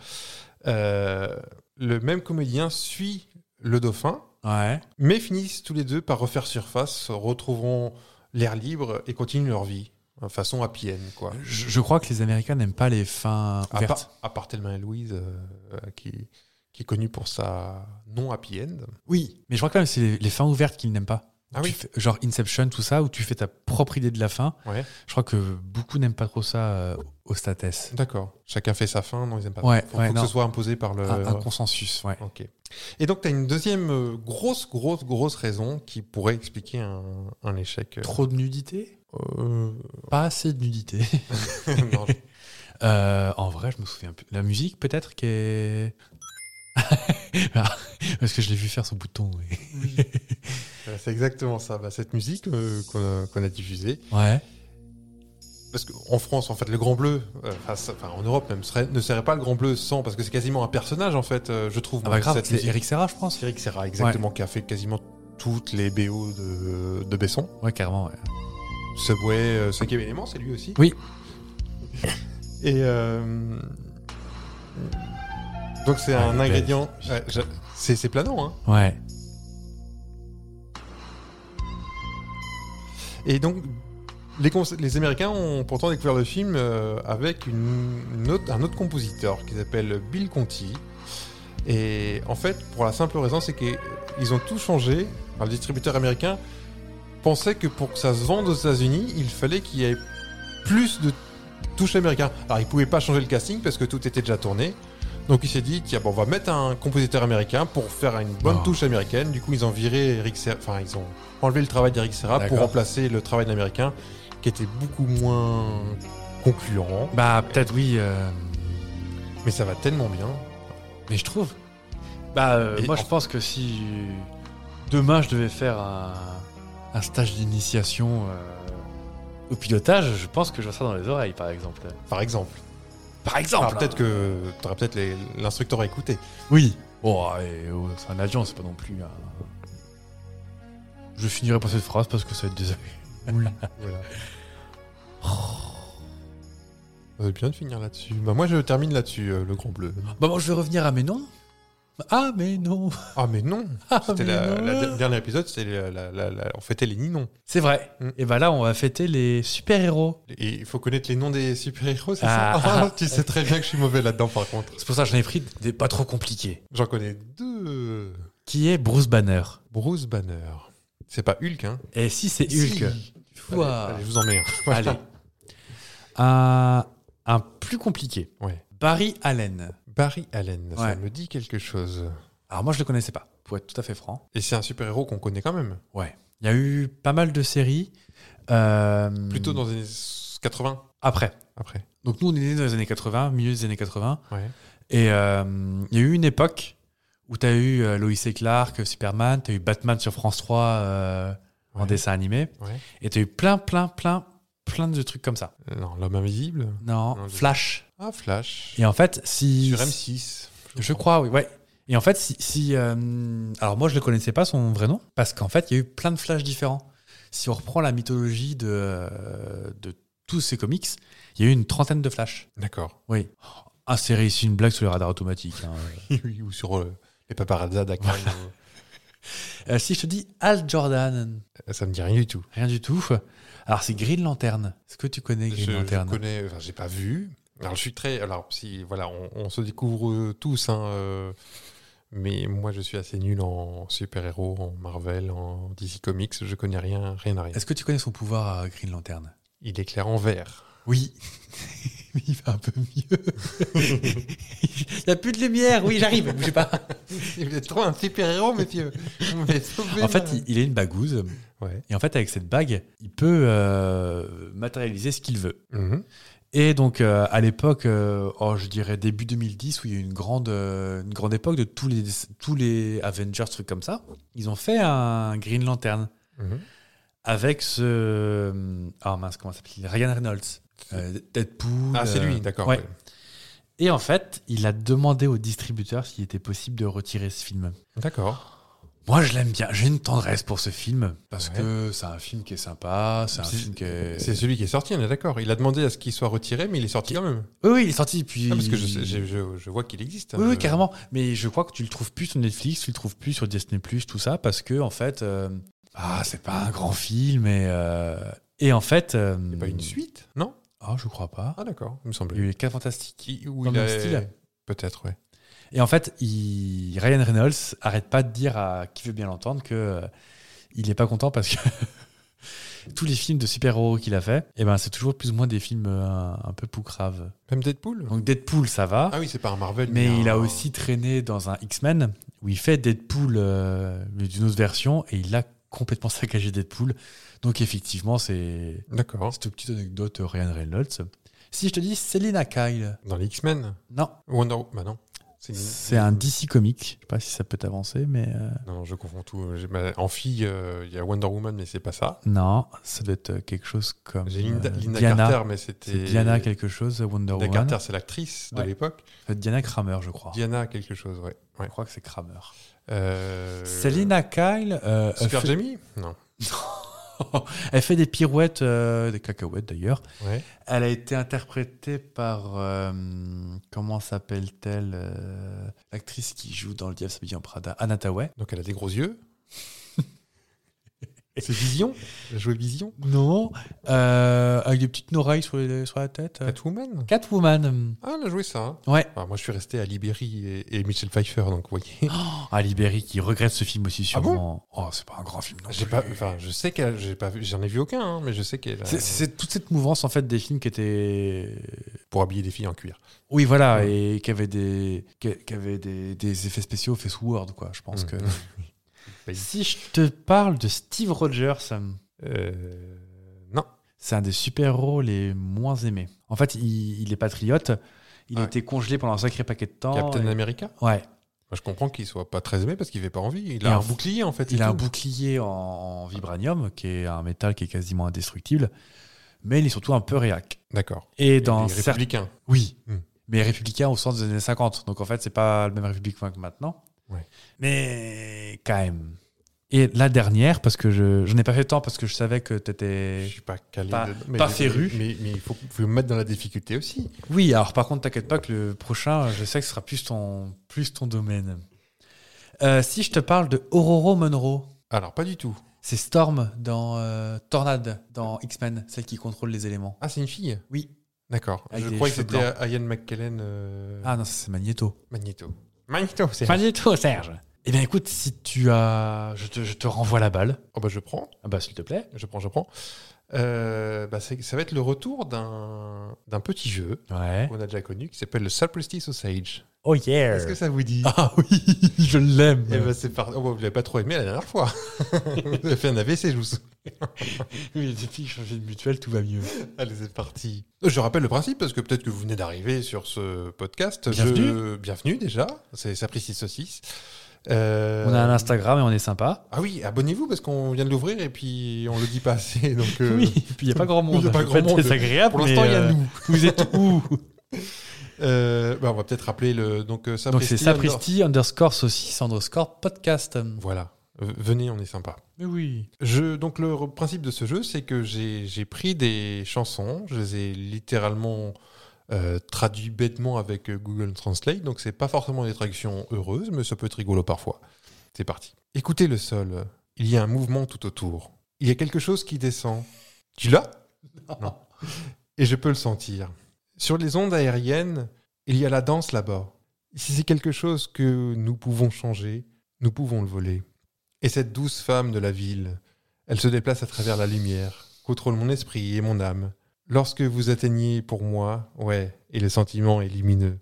S1: Euh, le même comédien suit le dauphin,
S3: Ouais.
S1: mais finissent tous les deux par refaire surface, retrouveront l'air libre et continuent leur vie, de façon happy end, quoi.
S3: Je, je crois que les Américains n'aiment pas les fins
S1: À,
S3: ouvertes.
S1: part- à part Thelma et Louise, euh, euh, qui, qui est connue pour sa non happy end.
S3: Oui. Mais je crois que quand même c'est les, les fins ouvertes qu'ils n'aiment pas.
S1: Ah
S3: Tu
S1: oui.
S3: fais- genre Inception, tout ça, où tu fais ta propre idée de la fin.
S1: Ouais.
S3: Je crois que beaucoup n'aiment pas trop ça euh, au statès.
S1: D'accord. Chacun fait sa fin. Non, ils aiment pas.
S3: Ouais,
S1: faut,
S3: ouais,
S1: faut que
S3: non.
S1: ce soit euh, imposé par le.
S3: Un, un consensus, ouais.
S1: Ok. Et donc, tu as une deuxième euh, grosse, grosse, grosse raison qui pourrait expliquer un, un échec. euh,
S3: Trop de nudité
S1: euh,
S3: Pas assez de nudité.
S1: non, je-
S3: Euh, en vrai, je me souviens plus. La musique, peut-être, qui est. Ah, Parce que je l'ai vu faire son bouton. oui.
S1: Voilà, Euh, C'est exactement ça. Bah, cette musique euh, qu'on a, qu'on a diffusée,
S3: Ouais. Ah
S1: parce qu'en France, en fait, le Grand Bleu, euh, enfin, ça- enfin, en Europe même, serait- ne serait pas le Grand Bleu sans, parce que c'est quasiment un personnage, en fait, euh, je trouve.
S3: Ah bah
S1: moi,
S3: grave,
S1: cette
S3: c'est
S1: musique.
S3: Eric Serra, je pense.
S1: Eric Serra, exactement, qui a fait quasiment toutes les BO de, de Besson.
S3: Ouais, carrément. ouais.
S1: Subway, euh, cinquième élément, c'est lui aussi.
S3: Oui.
S1: Et euh, donc c'est un
S3: elle est
S1: ingrédient. ouais, j'a- c'est c'est planant, hein.
S3: Ouais.
S1: Et donc, les, cons- les Américains ont pourtant découvert le film euh, avec une, une autre- un autre compositeur qui s'appelle Bill Conti. Et en fait, pour la simple raison, c'est qu'ils ont tout changé. Enfin, le distributeur américain pensait que pour que ça se vende aux États-Unis, il fallait qu'il y ait plus de touches américains. Alors, ils pouvaient pas changer le casting parce que tout était déjà tourné. Donc, il s'est dit, tiens, bon, on va mettre un compositeur américain pour faire une bonne
S3: Oh.
S1: touche américaine. Du coup, ils ont viré Eric Serra. Enfin, ils ont enlevé le travail d'Eric Serra pour
S3: D'accord.
S1: remplacer le travail de l'américain qui était beaucoup moins concluant.
S3: Bah, peut-être, oui. euh,
S1: Mais ça va tellement bien.
S3: Mais je trouve. Bah, euh,
S1: Et
S3: moi,
S1: en-
S3: je pense que si. Demain, je devais faire un, un stage d'initiation euh, au pilotage, je pense que je vois ça dans les oreilles, par exemple.
S1: Par exemple.
S3: Par exemple
S1: Alors, peut-être que tu peut-être les- l'instructeur à écouter.
S3: Oui. Bon, et, oh, c'est un avion, c'est pas non plus un... Je finirai pas cette phrase parce que ça va être désolé.
S1: Voilà.
S3: Oh.
S1: Vous bien de finir là-dessus. Bah, moi, je termine là-dessus, euh, le grand bleu.
S3: Bah, moi, je vais revenir à mes noms. Ah, mais non
S1: Ah, mais non C'était
S3: mais
S1: la-
S3: non.
S1: la- le dernier épisode, c'était la, la- la- la- on fêtait les ninons.
S3: C'est vrai.
S1: Mm.
S3: Et bah là, on va fêter les super-héros.
S1: Et il faut connaître les noms des super-héros, c'est
S3: Ah,
S1: ça
S3: ah.
S1: Tu sais très bien que je suis mauvais là-dedans, par contre.
S3: C'est pour ça que j'en ai pris des pas trop compliqués.
S1: J'en connais deux.
S3: Qui est Bruce Banner
S1: Bruce Banner. C'est pas Hulk, hein
S3: Et si c'est Hulk
S1: Si.
S3: Ouah.
S1: Allez, allez, je vous en mets un.
S3: Allez. un, un plus compliqué.
S1: Ouais.
S3: Barry Allen.
S1: Barry Allen, ça
S3: Ouais.
S1: me dit quelque chose.
S3: Alors moi, je le connaissais pas, pour être tout à fait franc.
S1: Et c'est un super-héros qu'on connaît quand même.
S3: Il y a eu pas mal de séries. euh,
S1: Plutôt dans les années 80,
S3: Après.
S1: après.
S3: Donc nous, on est nés dans les années 80, milieu des années 80.
S1: Ouais.
S3: Et euh, il y a eu une époque où tu as eu euh, Lois et Clark, Superman, tu as eu Batman sur France 3 euh, en
S1: Ouais.
S3: dessin animé.
S1: Ouais.
S3: Et tu as eu plein, plein, plein, plein de trucs comme ça.
S1: Euh, Non, l'homme invisible.
S3: Non,
S1: Non, je-
S3: Flash.
S1: Ah, Flash.
S3: Et en fait, si...
S1: Sur M6.
S3: Je crois, oui, ouais. Et en fait, si. si, euh, alors, moi, je ne le connaissais pas, son vrai nom, parce qu'en fait, il y a eu plein de flashs différents. Si on reprend la mythologie de, euh, de tous ces comics, il y a eu une trentaine de flashs.
S1: D'accord.
S3: Oui. Ah, Insérer ici une blague sur les radars automatiques. hein.
S1: Oui, Ou sur euh, les paparazzas d'Akman.
S3: Euh, si je te dis Al Jordan,
S1: euh, ça me dit rien du tout.
S3: rien du tout. Alors, c'est Green Lantern. Est-ce que tu connais Green
S1: Je, je
S3: Lantern
S1: connais, enfin, j'ai pas vu. Alors, je suis très. Alors, si, voilà, on, on se découvre euh, tous, hein, euh, mais moi, je suis assez nul en super-héros, en Marvel, en DC Comics. Je connais rien, rien à rien.
S3: Est-ce que tu connais son pouvoir à Green Lantern
S1: Il éclaire en vert.
S3: Oui. Mais il va un peu mieux. il n'y a plus de lumière. Oui, j'arrive. Bougez pas.
S1: Vous êtes trop un super-héros, monsieur.
S3: En fait, il, il a une bagouze.
S1: Ouais.
S3: Et en fait, avec cette bague, il peut euh, matérialiser ce qu'il veut.
S1: Mhm.
S3: Et donc, euh, à l'époque, euh, oh, je dirais début 2010, où il y a eu une grande, euh, une grande époque de tous les, tous les Avengers, trucs comme ça, ils ont fait un Green Lantern
S1: Mhm.
S3: avec ce. Ah mince, comment ça s'appelle Ryan Reynolds. Euh, Deadpool.
S1: Ah, c'est lui,
S3: euh,
S1: d'accord.
S3: ouais.
S1: ouais.
S3: Et en fait, il a demandé au distributeur s'il était possible de retirer ce film.
S1: D'accord.
S3: Moi, je l'aime bien. J'ai une tendresse pour ce film parce
S1: Ouais.
S3: que c'est un film qui est sympa, c'est un
S1: C'est-
S3: film qui est.
S1: C'est celui qui est sorti, on est d'accord. Il a demandé à ce qu'il soit retiré, mais il est sorti quand même.
S3: Oui, oui, il est sorti depuis.
S1: Ah, parce que je, sais- j'ai- je- je vois qu'il existe. hein,
S3: Oui,
S1: le-
S3: oui, carrément. Mais je crois que tu le trouves plus sur Netflix, tu le trouves plus sur Disney tout ça, parce que en fait, euh, ah, c'est pas un grand film et euh, et en fait, euh,
S1: Il y a pas une suite Non
S3: Ah, je crois pas.
S1: Ah, d'accord, il me semble.
S3: Il y a eu les quatre fantastiques.
S1: Qui- où
S3: Dans
S1: il
S3: le même
S1: est-
S3: style.
S1: Peut-être, ouais.
S3: Et en fait, il- Ryan Reynolds arrête pas de dire à qui veut bien l'entendre que euh, il est pas content parce que tous les films de super-héros qu'il a fait, eh ben, c'est toujours plus ou moins des films euh, un, un peu poucraves.
S1: Même Deadpool
S3: Donc Deadpool, ça va.
S1: Ah oui, c'est pas un Marvel.
S3: Mais
S1: un-
S3: il a aussi traîné dans un X-Men où il fait Deadpool euh, mais d'une autre version et il a complètement saccagé Deadpool. Donc effectivement, c'est
S1: D'accord.
S3: cette petite anecdote euh, Ryan Reynolds. Si je te dis Selena Kyle,
S1: Dans les X-Men
S3: non,
S1: Wonder Bah non. C'est une-
S3: c'est un DC comique. Je sais pas si ça peut t'avancer, mais euh,
S1: Non, je confonds tout. J'ai- bah, en fille, euh, il y a Wonder Woman, mais c'est pas ça.
S3: non, ça doit être euh, quelque chose comme
S1: J'ai Linda,
S3: euh,
S1: Linda
S3: Diana.
S1: Carter, mais c'était.
S3: C'est Diana quelque chose,
S1: Linda
S3: Wonder Woman.
S1: Carter, c'est l'actrice de
S3: Ouais.
S1: l'époque.
S3: Ça doit être Diana Kramer, je crois.
S1: Diana quelque chose, ouais. ouais.
S3: Je crois que c'est Kramer.
S1: Euh,
S3: Selena Kyle, euh, elle,
S1: Super
S3: fait-
S1: Jamie Non.
S3: elle fait des pirouettes, euh, des cacahuètes d'ailleurs.
S1: Ouais.
S3: Elle a été interprétée par. euh, comment s'appelle-t-elle euh, L'actrice qui joue dans Le Diable s'habille en Prada, Anna Tawai.
S1: Donc elle a des gros yeux. c'est Vision. Elle jouait Vision.
S3: Non. euh, avec des petites oreilles sur, les- sur la tête. euh.
S1: Catwoman.
S3: Catwoman.
S1: Ah, elle a joué ça. hein.
S3: Ouais.
S1: Ah, moi, je suis resté à Libéry et, et Michel Pfeiffer, donc vous voyez.
S3: Ah, Ali Berry qui regrette ce film aussi
S1: Ah bon
S3: sûrement. oh, c'est pas un grand film non
S1: J'ai
S3: plus. Euh,
S1: pas, enfin, je sais qu'elle, j'ai pas vu, j'en ai vu aucun, hein, mais je sais qu'elle. a-
S3: C'est- C'est toute cette mouvance en fait des films qui étaient
S1: Pour habiller des filles en cuir.
S3: Oui, voilà, et qui avait des, qui qui avait des, des effets spéciaux fait sous Word, quoi. Je pense
S1: Mm.
S3: que.
S1: Pas du-
S3: si je te parle de Steve Rogers,
S1: Euh, non.
S3: c'est un des super-héros les moins aimés. En fait, il, il est patriote. Il a
S1: Ouais.
S3: été congelé pendant un sacré paquet de temps.
S1: Captain
S3: et-
S1: America.
S3: Oh, Ouais,
S1: Moi, je comprends qu'il soit pas très aimé parce qu'il fait pas envie. Il
S3: Et
S1: a
S3: un
S1: un bouclier en fait. c'est
S3: il a un
S1: tout.
S3: bouclier en, en vibranium, qui est un métal qui est quasiment indestructible, mais il est surtout un peu réac.
S1: D'accord.
S3: Et
S1: Il
S3: dans
S1: est
S3: certains
S1: républicain.
S3: Oui,
S1: Hmm.
S3: mais républicain au sens des années 50. Donc en fait, c'est pas le même républicain que maintenant.
S1: Ouais.
S3: Mais quand même. Et la dernière, parce que je n'en ai pas fait tant, parce que je savais que tu
S1: Je
S3: étais.
S1: suis pas calé.
S3: Pas-
S1: dedans, mais-
S3: pas féru.
S1: Mais mais il faut, faut me mettre dans la difficulté aussi.
S3: Oui, alors par contre, t'inquiète pas que le prochain, je sais que ce sera plus ton, plus ton domaine. Euh, si je te parle de Ororo Monroe,
S1: Alors pas du tout.
S3: c'est Storm dans euh, Tornade, dans X-Men, celle qui contrôle les éléments.
S1: Ah, c'est une fille.
S3: Oui. Ah,
S1: D'accord.
S3: Avec
S1: Je
S3: des
S1: croyais que
S3: cheveux
S1: c'était à- à Ian McKellen. euh,
S3: Ah non, ça, c'est Magneto.
S1: Magneto. Magneto, c'est.
S3: Magneto, Serge. Eh bien écoute, si tu as... Je te, je te renvoie la balle.
S1: Oh bah je prends,
S3: Ah bah s'il te plaît.
S1: je prends, je prends. Euh, bah, c'est- ça va être le retour d'un d'un petit jeu
S3: Ouais.
S1: qu'on a déjà connu qui s'appelle le Sapristi Sausage.
S3: Oh yeah
S1: Est-ce que ça vous dit
S3: Ah oui, je l'aime.
S1: Eh ben, c'est par- oh, vous l'avez pas trop aimé la dernière fois. vous avez fait un AVC, je vous souviens.
S3: Oui, depuis que j'ai changé de mutuelle, tout va mieux.
S1: Allez, c'est parti. Je rappelle le principe parce que peut-être que vous venez d'arriver sur ce podcast.
S3: Bienvenue.
S1: Je- Bienvenue déjà. C'est Sapristi Saucisse. Euh,
S3: On a un Instagram et on est sympa.
S1: Ah oui, abonnez-vous parce qu'on vient de l'ouvrir et puis on le dit pas assez. Donc euh,
S3: Oui, et puis il n'y a pas grand monde.
S1: Il y a pas
S3: En
S1: grand
S3: fait,
S1: monde.
S3: C'est agréable. euh,
S1: pour l'instant, il y a nous.
S3: Vous êtes où
S1: Euh, bah, on va peut-être rappeler le donc euh,
S3: Donc
S1: Sapristi.
S3: c'est sapristi underscore saucisse underscore podcast.
S1: Voilà. V- Venez, on est sympa.
S3: Mais oui.
S1: Je, donc le re- principe de ce jeu, c'est que j'ai j'ai pris des chansons, je les ai littéralement euh, traduites bêtement avec euh, Google Translate, donc c'est pas forcément des traductions heureuses, mais ça peut être rigolo parfois. C'est parti. Écoutez le sol, il y a un mouvement tout autour. Il y a quelque chose qui descend. Tu l'as Non. Et je peux le sentir. Sur les ondes aériennes, il y a la danse là-bas. Si c'est quelque chose que nous pouvons changer, nous pouvons le voler. Et cette douce femme de la ville, elle se déplace à travers la lumière, contrôle mon esprit et mon âme. Lorsque vous atteignez pour moi, ouais, et le sentiment est lumineux.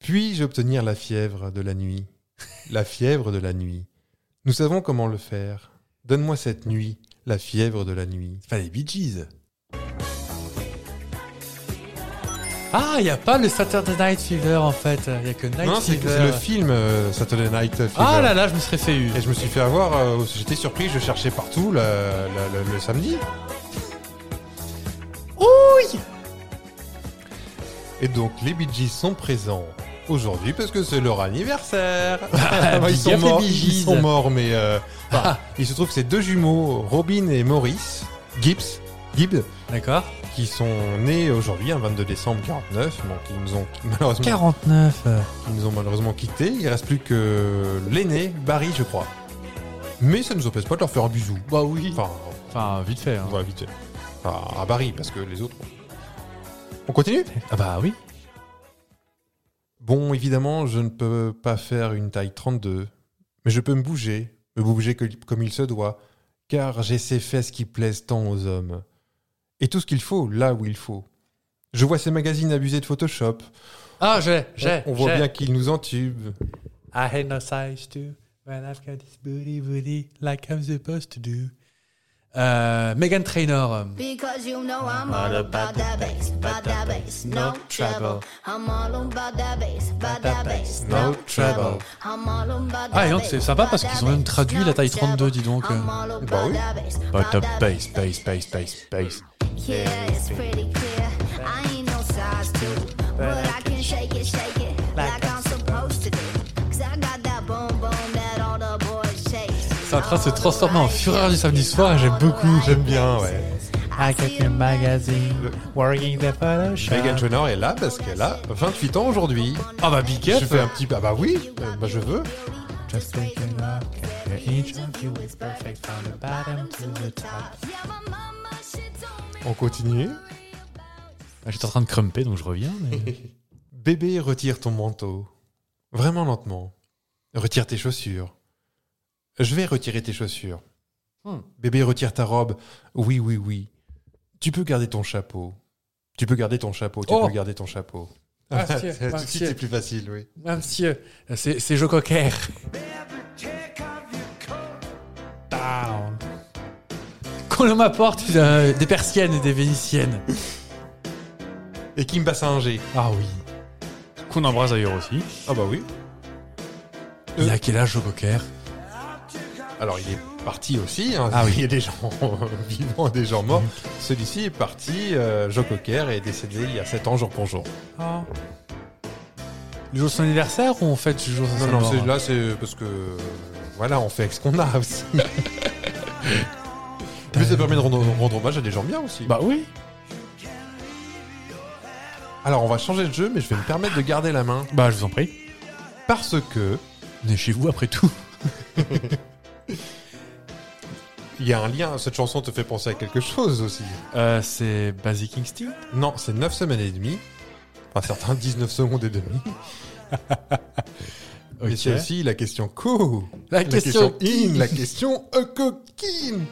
S1: Puis-je obtenir la fièvre de la nuit La fièvre de la nuit. Nous savons comment le faire. Donne-moi cette nuit, la fièvre de la nuit.
S3: Pas les Bee Gees. Ah, il n'y a pas le Saturday Night Fever en fait. Il n'y a que Night
S1: non, c'est
S3: Fever.
S1: que c'est le film euh, Saturday Night Fever.
S3: Ah là là, je me serais fait eu.
S1: Et je me suis fait avoir, euh, j'étais surpris, je cherchais partout la- la- la- le samedi.
S3: Ouille
S1: Et donc les Bee Gees sont présents aujourd'hui parce que c'est leur anniversaire. ils,
S3: Bah, big
S1: sont
S3: up les
S1: morts,
S3: Bee
S1: ils
S3: Gees. Ah.
S1: sont morts, mais euh, enfin, il se trouve que c'est deux jumeaux, Robin et Maurice Gibbs, Gibbs,
S3: D'accord.
S1: qui sont nés aujourd'hui, un 22 décembre 49. Donc ils nous ont malheureusement,
S3: 49. euh.
S1: ils nous ont malheureusement quittés. Il reste plus que l'aîné, Barry, je crois. Mais ça nous empêche pas de leur faire un bisou.
S3: Bah oui.
S1: Enfin,
S3: Enfin, vite fait. hein.
S1: on va éviter. Enfin, à Barry, parce que les autres. On continue
S3: Ah bah oui.
S1: Bon, évidemment, je ne peux pas faire une taille 32, mais je peux me bouger, me bouger que- comme il se doit, car j'ai ces fesses qui plaisent tant aux hommes. Et tout ce qu'il faut, là où il faut. Je vois ces magazines abusés de Photoshop.
S3: Ah, j'ai, j'ai.
S1: on, on voit
S3: j'ai.
S1: bien qu'ils nous entubent.
S3: I had no size to when I've got this booty booty like I'm supposed to do. Euh, Megan Trainor. euh,
S8: Because you know I'm all about that bass, about that bass, no trouble. I'm all about that bass, about that bass, no trouble. I'm all about
S3: Ah, et
S8: that
S3: donc, c'est
S8: bass,
S3: sympa
S8: about
S3: parce
S8: that
S3: qu'ils ont même
S8: bass,
S3: traduit
S8: no
S3: la taille
S8: trouble.
S3: 32, dis donc,
S8: I'm
S3: euh.
S8: all about
S1: Bah oui.
S8: that bass,
S3: But the
S8: about that
S3: bass, bass, bass, bass, bass.
S8: Yeah, it's pretty clear. I ain't no size two, but I can shake it, shake it like I'm supposed to do. 'Cause I got that boom boom that all the boys chase.
S3: C'est en train de se transformer en fureur du samedi soir et j'aime beaucoup.
S1: J'aime bien, ouais.
S3: I got your Ah, magazine, working the Photoshop.
S1: Megan Trainor est là parce qu'elle a 28 ans aujourd'hui.
S3: Ah bah, big up.
S1: Je fais un petit... Ah bah oui, euh, bah je veux.
S3: Ben, Just taking a look at each of you is perfect from the bottom to the top.
S1: On continue.
S3: Ah, J'étais en train de crumper donc je reviens. Mais...
S1: Bébé, retire ton manteau. Vraiment lentement. Retire tes chaussures. Je vais retirer tes chaussures.
S3: Hmm.
S1: Bébé, retire ta robe. Oui, oui, oui. Tu peux garder ton chapeau. Tu peux garder ton chapeau. Tu
S3: Oh.
S1: peux garder ton chapeau.
S3: Ah,
S1: Tout
S3: tiens,
S1: de
S3: ah,
S1: suite,
S3: tiens.
S1: c'est plus facile, oui.
S3: Ah, monsieur, c'est c'est Joe Cocker. Down. Qu'on le m'apporte euh, des persiennes et des vénitiennes.
S1: Et Kim Bassinger.
S3: Ah oui. Qu'on embrasse d'ailleurs aussi.
S1: Ah bah oui.
S3: Il a quel âge Joe Cocker
S1: Alors il est parti aussi. hein.
S3: Ah oui. Mm-hmm.
S1: Il y a des gens vivants et des gens morts. Celui-ci est parti. euh, Joe Cocker est décédé il y a 7 ans, jour pour jour. Ah.
S3: Le jour de son anniversaire ou on fête le jour de
S1: Non,
S3: son
S1: non,
S3: mort
S1: c'est- là c'est parce que euh, voilà, on fait avec ce qu'on a aussi. Mais ça permet de rendre, rendre hommage à des gens bien aussi.
S3: Bah oui.
S1: Alors on va changer de jeu, mais je vais me permettre de garder la main
S3: Bah je vous en prie.
S1: parce que
S3: Venez chez vous après tout.
S1: il y a un lien. Cette chanson te fait penser à quelque chose aussi.
S3: Euh, c'est Basic Instinct.
S1: Non, c'est 9 semaines et demie. Enfin, certains 19 secondes et demie. Mais c'est aussi la question co.
S3: La question
S1: in,
S3: qui.
S1: la question euh, coquine.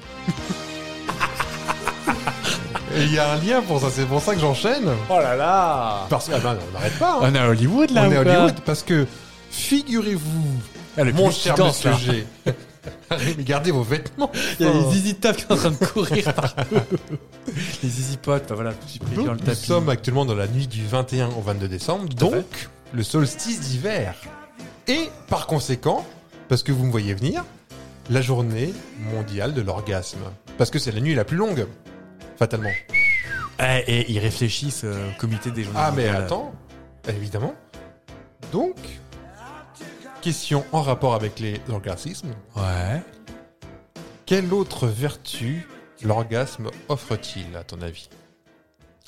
S1: Et il y a un lien pour ça, c'est pour ça que j'enchaîne.
S3: Oh là là
S1: Parce que ah ben, on n'arrête pas. hein.
S3: On est à Hollywood là
S1: on est à
S3: ou pas
S1: Hollywood parce que figurez-vous,
S3: Ah, le
S1: mon
S3: public qui
S1: cher
S3: danse,
S1: monsieur
S3: là.
S1: G. mais gardez vos vêtements.
S3: Il y a les
S1: Oh.
S3: Zizi Top qui sont en train de courir partout. les Zizi Potes, bah voilà, tout de suite pris dans le
S1: Nous
S3: tapis.
S1: sommes actuellement dans la nuit du 21 au 22 décembre,
S3: Tout à fait.
S1: donc le solstice d'hiver. Et par conséquent, parce que vous me voyez venir, la journée mondiale de l'orgasme. Parce que c'est la nuit la plus longue, fatalement.
S3: Eh, et ils réfléchissent euh, au comité des gens.
S1: Ah mais attends, évidemment. Donc, question en rapport avec les orgasmes.
S3: Ouais.
S1: Quelle autre vertu l'orgasme offre-t-il, à ton avis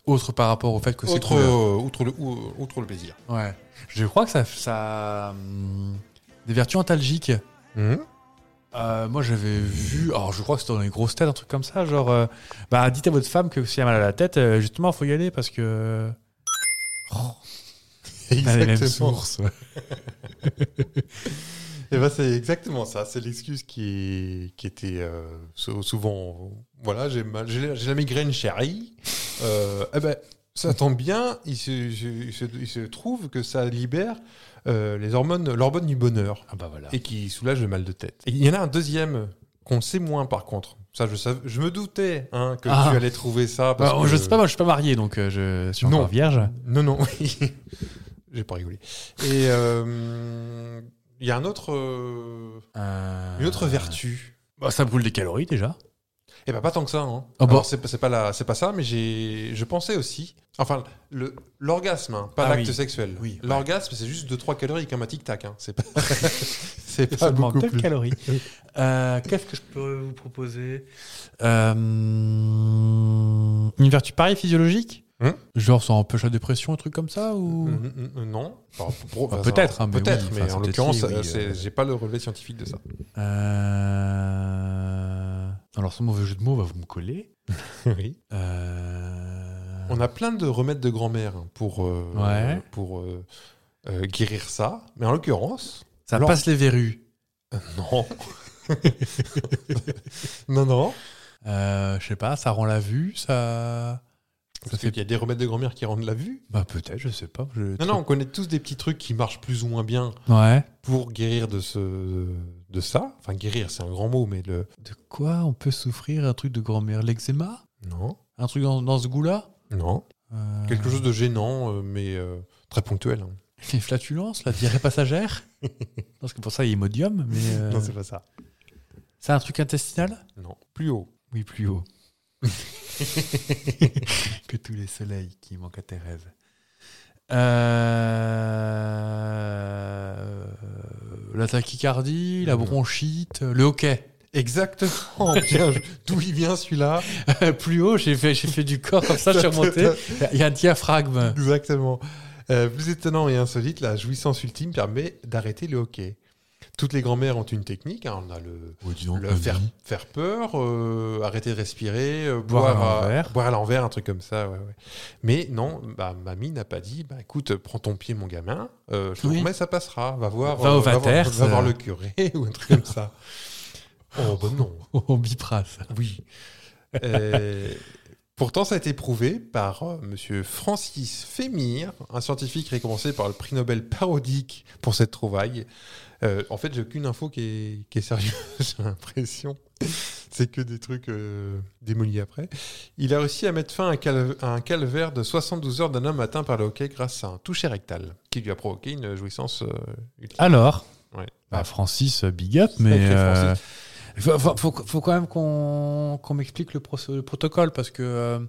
S3: Autre par rapport au fait que c'est
S1: outre,
S3: couvert.
S1: euh, outre le, ou- outre le plaisir.
S3: Ouais. Je crois que ça. ça hum, des vertus antalgiques. Hmm. Euh, moi, j'avais vu. Alors, je crois que c'était dans les grosses têtes, un truc comme ça. Genre, euh, bah, dites à votre femme que si elle a mal à la tête, euh, justement, faut y aller parce que. Oh, on a Ah, les mêmes sources. ouais.
S1: Et ben, c'est exactement ça. C'est l'excuse qui, qui était euh, sou- souvent. Voilà, j'ai mal, j'ai la- j'ai la migraine, chérie. Euh, eh ben, ça tombe bien. Il se, il se- il se trouve que ça libère euh, les hormones, l'hormone du bonheur
S3: Ah, bah voilà.
S1: et qui soulage le mal de tête. Et il y en a un deuxième qu'on sait moins par contre. Ça, je, savais- je me doutais hein, que
S3: Ah.
S1: tu allais trouver ça. parce
S3: Bah, Je
S1: que-
S3: sais pas, moi, je suis pas marié, donc euh, je suis
S1: Non.
S3: encore vierge.
S1: Non, non, oui. J'ai pas rigolé. Et euh, il y a un autre, euh,
S3: Euh,
S1: une autre vertu.
S3: Bah, ça brûle des calories déjà.
S1: Eh ben pas tant que ça. Hein.
S3: Ah bon
S1: Alors, c'est pas- c'est pas la- c'est pas ça, mais j'ai, je pensais aussi. Enfin, le l'orgasme, hein, pas
S3: Ah
S1: l'acte
S3: oui.
S1: sexuel.
S3: Oui, ouais.
S1: L'orgasme, c'est juste 2-3 calories comme un tic tac. Hein. C'est pas, c'est
S3: Et
S1: pas
S3: seulement
S1: beaucoup
S3: 2
S1: plus.
S3: calories. Euh, Qu'est-ce que je peux vous proposer Euh, Une vertu pareille physiologique
S1: Hein
S3: Genre ça empêche la dépression, un truc comme ça ou...
S1: Mm, mm, mm, Non. Enfin, pour-
S3: Bah,
S1: enfin,
S3: peut-être, hein, mais
S1: peut-être,
S3: oui,
S1: mais,
S3: enfin,
S1: en
S3: c'est
S1: l'occurrence,
S3: peut-être, oui,
S1: euh, c'est-
S3: euh.
S1: j'ai pas le relevé scientifique de ça.
S3: Euh, Alors ce mauvais jeu de mots va vous me coller.
S1: oui.
S3: Euh,
S1: On a plein de remèdes de grand-mère pour, euh,
S3: Ouais.
S1: pour euh, euh, guérir ça. Mais en l'occurrence,
S3: Ça
S1: alors-
S3: passe les verrues.
S1: non. Non, non.
S3: Euh, je sais pas, ça rend la vue, ça.
S1: Parce qu'il y a des remèdes de grand-mère qui rendent la vue.
S3: Bah peut-être, je sais pas. je-
S1: Non, non, on connaît tous des petits trucs qui marchent plus ou moins bien
S3: Ouais.
S1: pour guérir de, ce, de ça. Enfin, guérir, c'est un grand mot, mais le.
S3: De quoi on peut souffrir un truc de grand-mère L'eczéma
S1: Non,
S3: Un truc dans, dans ce goût-là
S1: non.
S3: Euh,
S1: Quelque chose de gênant, euh, mais euh, très ponctuel. hein.
S3: Les flatulences, la diarrhée passagère Parce que pour ça, il y a Imodium, mais. euh,
S1: Non, c'est pas ça.
S3: c'est un truc intestinal
S1: Non, plus haut.
S3: Oui, plus haut. que tous les soleils qui manquent à tes rêves. Euh, La tachycardie, la
S1: Mhm.
S3: bronchite, le hockey.
S1: Exactement. Bien, je- D'où il vient celui-là
S3: plus haut, j'ai fait, j'ai fait du corps comme ça, je suis remonté. Il y a un diaphragme.
S1: Exactement. Euh, plus étonnant et insolite, la jouissance ultime permet d'arrêter le hockey. Toutes les grand-mères ont une technique. hein. On a le,
S3: Oh,
S1: le faire, faire peur, euh, arrêter de respirer, euh,
S3: Boire
S1: boire,
S3: à
S1: à
S3: l'envers.
S1: boire à l'envers, un truc comme ça. ouais, ouais. Mais non, bah, mamie n'a pas dit bah, écoute, prends ton pied, mon gamin, euh, je te
S3: Oui.
S1: promets, ça passera. Va voir,
S3: Va au
S1: va voir-
S3: Vaters,
S1: va voir
S3: euh.
S1: le curé ou un truc comme ça. Oh, bah non.
S3: On bipera ça.
S1: Oui. Euh, pourtant, ça a été prouvé par euh, Monsieur Francis Fémir, un scientifique récompensé par le prix Nobel parodique pour cette trouvaille. Euh, en fait, j'ai aucune info qui est, qui est sérieuse, j'ai l'impression. C'est que des trucs euh, démolis après. Il a réussi à mettre fin à un, cal- à un calvaire de 72 heures d'un homme atteint par le hockey grâce à un toucher rectal qui lui a provoqué une jouissance euh, ultime.
S3: Alors
S1: Ouais.
S3: Bah, Francis, euh, big up, mais.
S1: Sacré Francis.
S3: euh, faut, faut- faut- faut quand même qu'on qu'on m'explique le, proc- le protocole parce que. euh,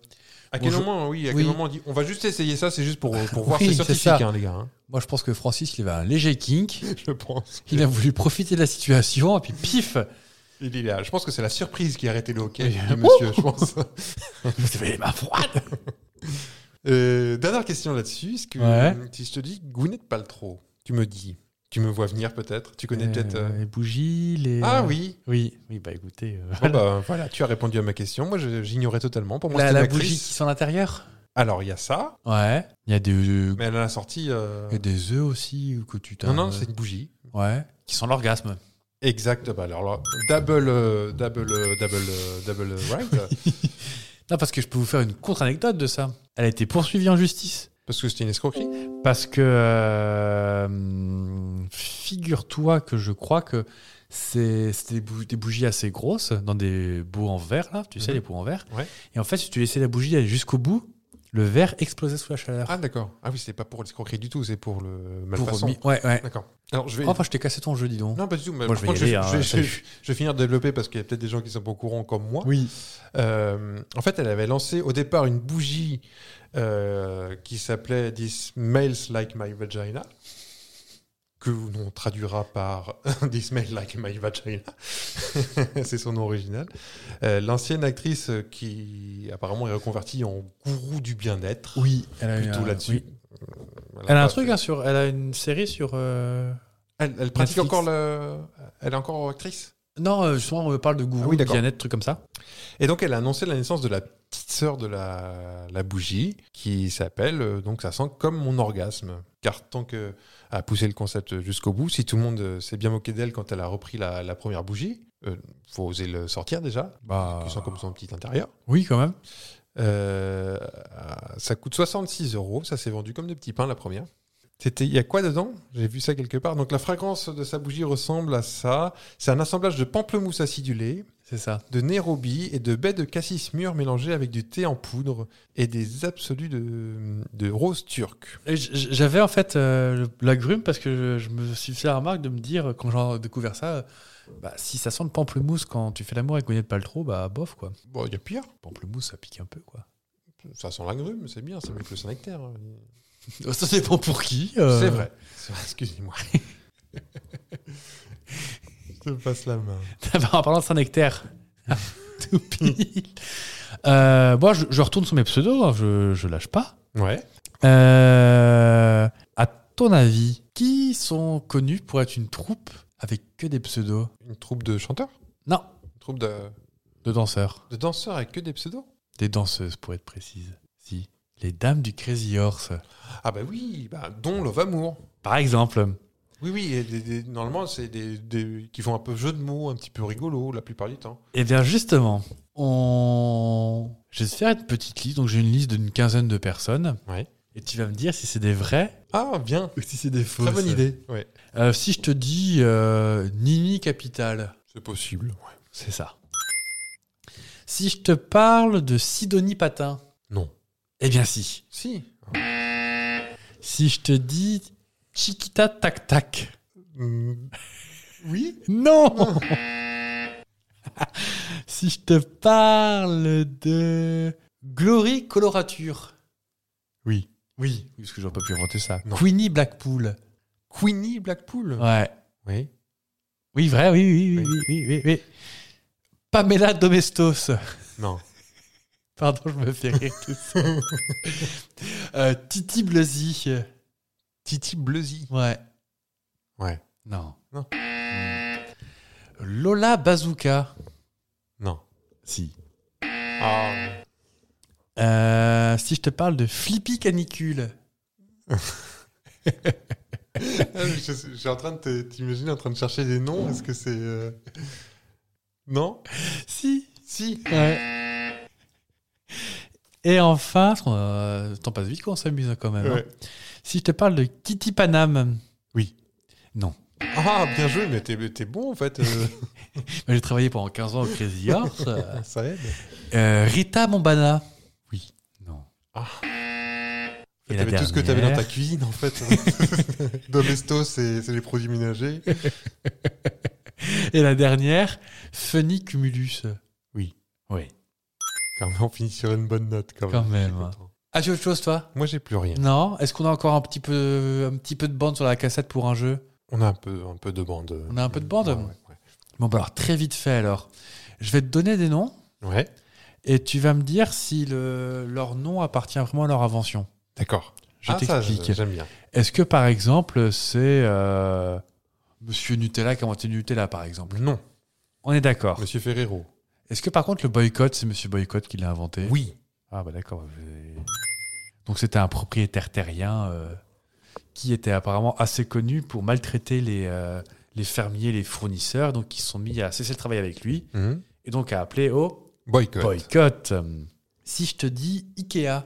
S1: à quel
S3: bon, je-
S1: moment, oui, à
S3: oui.
S1: quel moment on dit on va juste essayer ça, c'est juste pour, pour voir
S3: Oui,
S1: ces
S3: c'est
S1: scientifiques,
S3: ça.
S1: hein, les gars. hein.
S3: moi, je pense que Francis, il avait un léger kink.
S1: je pense.
S3: Il a voulu profiter de la situation, et puis pif
S1: Il est là. Je pense que c'est la surprise qui a arrêté le hockey
S3: Oh
S1: du monsieur, je pense.
S3: Vous avez les mains froides
S1: Euh, dernière question là-dessus. Est-ce que
S3: Ouais.
S1: si je te dis Gwyneth Paltrow, tu me dis, tu me vois venir peut-être, tu connais peut-être. euh,
S3: Euh, Les bougies, les. euh,
S1: Ah oui.
S3: Oui, oui bah écoutez. euh,
S1: Bon, bah, voilà, tu as répondu à ma question. Moi, je- j'ignorais totalement. Pour moi,
S3: la
S1: c'était
S3: la
S1: une
S3: bougie
S1: actrice.
S3: qui sont à l'intérieur
S1: Alors, il y a ça,
S3: Ouais. Il y a des,
S1: mais elle en a sorti. euh,
S3: il y a des œufs aussi que tu t'as. euh,
S1: Non, non, c'est une bougie.
S3: Ouais. Qui sont l'orgasme.
S1: Exact. Bah, alors, là, double, euh, double, euh, double, euh, double right.
S3: Non, parce que je peux vous faire une contre-anecdote de ça. Elle a été poursuivie en justice.
S1: parce que c'était une escroquerie.
S3: Parce que euh, hum, figure-toi que je crois que c'est c'était des, bou- des bougies assez grosses dans des bouts en verre là, tu sais
S1: Mhm.
S3: les bouts en verre.
S1: Ouais.
S3: Et en fait, si tu laissais la bougie aller jusqu'au bout, le verre explosait sous la chaleur.
S1: Ah, d'accord. Ah oui, c'est pas pour l'escroquerie du tout, c'est pour le
S3: Pour
S1: malfaçon.
S3: mi- ouais ouais.
S1: D'accord. Alors, je vais.
S3: Oh, enfin, je t'ai cassé ton jeu, dis donc.
S1: Non, pas du tout. mais
S3: Moi,
S1: par
S3: je vais
S1: contre,
S3: y aller,
S1: je,
S3: hein,
S1: je vais-
S3: salut.
S1: je- je vais finir de développer parce qu'il y a peut-être des gens qui sont pas au courant comme moi.
S3: Oui.
S1: Euh, en fait, elle avait lancé au départ une bougie euh, qui s'appelait This Smells Like My Vagina, que l'on traduira par This Smells Like My Vagina. C'est son nom original. Euh, L'ancienne actrice qui apparemment est reconvertie en gourou du bien-être,
S3: Oui. Elle a eu
S1: plutôt
S3: un-
S1: là-dessus. Euh,
S3: oui.
S1: Voilà.
S3: Elle a un truc hein, sur. Elle a une série sur. euh,
S1: Elle, elle pratique
S3: Netflix.
S1: encore le. Elle est encore actrice
S3: Non, euh, justement, on parle de gourou,
S1: Ah oui,
S3: de
S1: d'accord.
S3: bien-être, trucs comme ça.
S1: Et donc, elle a annoncé la naissance de la petite sœur de la, la bougie, qui s'appelle, euh, donc ça sent comme mon orgasme. Car tant que a poussé le concept jusqu'au bout, si tout le monde euh, s'est bien moqué d'elle quand elle a repris la, la première bougie, euh, faut oser le sortir déjà,
S3: Bah.
S1: qui sent comme son petit intérieur.
S3: Oui, quand même.
S1: Euh, ça coûte 66 euros, ça s'est vendu comme des petits pains la première. C'était, il y a quoi dedans J'ai vu ça quelque part. Donc la fragrance de sa bougie ressemble à ça. C'est un assemblage de pamplemousse acidulée,
S3: C'est ça.
S1: de Nairobi et de baies de cassis mûr mélangées avec du thé en poudre et des absolus de, de rose turque.
S3: Et j- j- J'avais en fait euh, le- la grume parce que je, je me suis fait la remarque de me dire, quand j'ai découvert ça, euh, bah, si ça sent le pamplemousse quand tu fais l'amour avec Gwyneth Paltrow, bah bof quoi.
S1: Bon, il y a pire.
S3: Pamplemousse, ça pique un peu quoi.
S1: Ça sent l'agrume, c'est bien, c'est mieux que le Saint-Nectaire. hein.
S3: Ça dépend pour qui. euh.
S1: C'est vrai. C'est- Excusez-moi. Je te passe la main.
S3: en parlant de Saint-Nectaire. Tout pile. Euh, moi, je, je retourne sur mes pseudos, hein, je, je lâche pas.
S1: Ouais.
S3: Euh, à ton avis, qui sont connus pour être une troupe avec que des pseudos
S1: Une troupe de chanteurs
S3: Non,
S1: Une troupe de,
S3: de danseurs.
S1: de danseurs avec que des pseudos
S3: Des danseuses, pour être précise. Si. Les dames du Crazy Horse.
S1: Ah bah oui, bah, dont Love Amour.
S3: Par exemple.
S1: Oui, oui, et des- des- normalement, c'est des, des- qui font un peu jeu de mots, un petit peu rigolo la plupart du temps.
S3: Eh bien justement, on... je vais te faire une petite liste, donc j'ai une liste d'une quinzaine de personnes.
S1: Ouais.
S3: Et tu vas me dire si c'est des vrais
S1: Ah, bien
S3: ou si c'est des faux.
S1: Très bonne idée. Ouais.
S3: si je te dis euh, Nini Capital,
S1: C'est possible. ouais.
S3: c'est ça. Si je te parle de Sidonie Patin,
S1: Non.
S3: eh bien si.
S1: Si.
S3: Si je te dis Chiquita Tac Tac,
S1: Mm, Oui
S3: non Si je te parle de Glory Colorature,
S1: Oui.
S3: Oui, parce que j'aurais pas pu inventer ça.
S1: Non.
S3: Queenie Blackpool.
S1: Queenie Blackpool
S3: Ouais.
S1: Oui.
S3: Oui, vrai, oui, oui, oui,
S1: Oui.
S3: oui, oui, oui, oui. Pamela Domestos.
S1: Non.
S3: Pardon, je me fais rire tout seul. Euh, Titi Blasi.
S1: Titi Bleuzy.
S3: Ouais.
S1: Ouais.
S3: Non.
S1: Non.
S3: Hmm. Lola Bazooka.
S1: Non.
S3: Si.
S1: Ah.
S3: Euh, si je te parle de Flippy Canicule.
S1: Ah, je, je suis en train de te- t'imaginer en train de chercher des noms. Est-ce que c'est. euh, Non
S3: Si.
S1: Si.
S3: Ouais. Et enfin, parce qu'on, euh, t'en passes vite quand on s'amuse hein, quand même. hein.
S1: Ouais.
S3: Si je te parle de Kitty Panam.
S1: Oui.
S3: Non.
S1: Ah, bien joué, mais t'es t'es bon en fait. euh,
S3: J'ai travaillé pendant 15 ans au Crazy Horse.
S1: ça aide.
S3: Euh, Rita Mombana. Oui. Non.
S1: Ah.
S3: Et la
S1: T'avais tout ce que
S3: dernière.
S1: t'avais dans ta cuisine en fait. Domesto, c'est c'est les produits ménagers.
S3: Et la dernière, Funny Cumulus.
S1: Oui.
S3: Oui.
S1: Quand même, on finit sur une bonne note quand même.
S3: Quand même. hein.
S1: Je suis content.
S3: As-tu Ah, autre chose, toi
S1: Moi, j'ai plus rien.
S3: Non Est-ce qu'on a encore un petit, peu, un petit peu de bande sur la cassette pour un jeu
S1: On a un peu, un peu de bande.
S3: On a un peu de bande
S1: Ouais, ouais,
S3: Bon, bah alors, très vite fait alors. Je vais te donner des noms
S1: ouais. Ouais,
S3: et tu vas me dire si le, leur nom appartient vraiment à leur invention.
S1: d'accord.
S3: Je
S1: Ah, ça,
S3: t'explique.
S1: J'aime bien.
S3: Est-ce que par exemple c'est euh, Monsieur Nutella qui a inventé le Nutella par exemple
S1: Non,
S3: On est d'accord.
S1: Monsieur Ferrero.
S3: Est-ce que par contre le boycott c'est Monsieur Boycott qui l'a inventé
S1: Oui.
S3: Ah bah d'accord. Vous- Donc c'était un propriétaire terrien euh, qui était apparemment assez connu pour maltraiter les, euh, les fermiers, les fournisseurs, donc ils se sont mis à cesser le travail avec lui
S1: Mhm.
S3: et donc à appeler au
S1: Boycott.
S3: boycott. Si je te dis Ikea,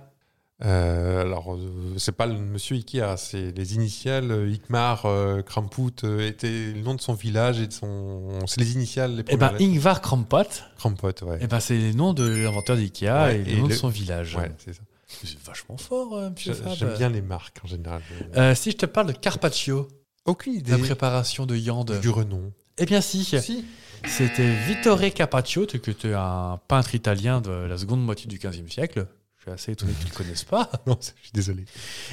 S1: Euh, alors, euh, c'est pas le monsieur Ikea, c'est les initiales euh, Ikmar, euh, Kramput, euh, était le nom de son village et de son. C'est les initiales, les
S3: eh
S1: premières
S3: ben
S1: lettres.
S3: Ingvar Krampot,
S1: Kramput, ouais.
S3: eh ben c'est le nom de l'inventeur d'Ikea
S1: Ouais,
S3: et le
S1: et
S3: nom de
S1: le-
S3: son village.
S1: Ouais, c'est ça.
S3: C'est vachement fort, euh, monsieur
S1: J'a-
S3: Fab.
S1: J'aime bien les marques en général.
S3: Euh, si je te parle de carpaccio,
S1: Aucune idée
S3: la préparation de viande.
S1: du renom.
S3: Eh bien si,
S1: Si.
S3: c'était Vittore Carpaccio, tu- que tu es un peintre italien de la seconde moitié du 15e siècle. Je suis assez étonné qu'ils ne le connaissent pas.
S1: Non, c'est- je suis désolé.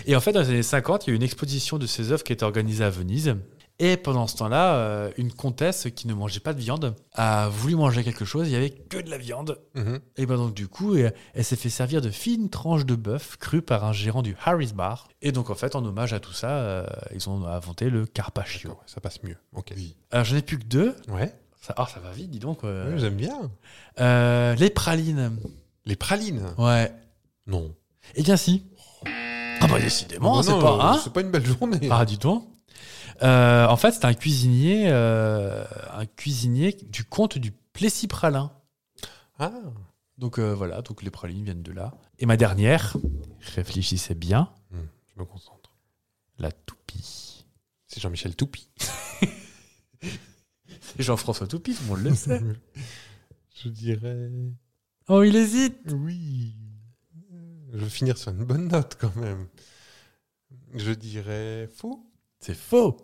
S3: Et en fait, dans les années 50, il y a eu une exposition de ses œuvres qui était organisée à Venise. Et pendant ce temps-là, euh, une comtesse qui ne mangeait pas de viande a voulu manger quelque chose. Il n'y avait que de la viande.
S1: Mhm.
S3: Et ben donc du coup, elle, elle s'est fait servir de fines tranches de bœuf crues par un gérant du Harris Bar. Et donc en fait, en hommage à tout ça, euh, ils ont inventé le carpaccio.
S1: D'accord, ouais, ça passe mieux. Ok.
S3: Alors j'en ai plus que deux.
S1: Ouais,
S3: Ça, ah, ça va vite, dis donc. euh.
S1: ouais, j'aime bien.
S3: Euh, les pralines.
S1: Les pralines.
S3: Ouais.
S1: Non.
S3: Eh bien si. Ah bah décidément,
S1: Non,
S3: c'est
S1: non,
S3: pas
S1: euh,
S3: hein
S1: c'est pas une belle journée.
S3: Ah dis donc. Euh, en fait, c'est un cuisinier, euh, un cuisinier du comte du Plessis Pralin.
S1: Ah.
S3: Donc euh, voilà, donc les pralines viennent de là. Et ma dernière, réfléchissez bien,
S1: Hmm, je me concentre.
S3: la toupie.
S1: C'est Jean-Michel Toupie.
S3: C'est Jean-François Toupie, tout le monde le sait.
S1: je dirais.
S3: Oh, il hésite.
S1: Oui. Je veux finir sur une bonne note quand même. Je dirais faux.
S3: C'est faux.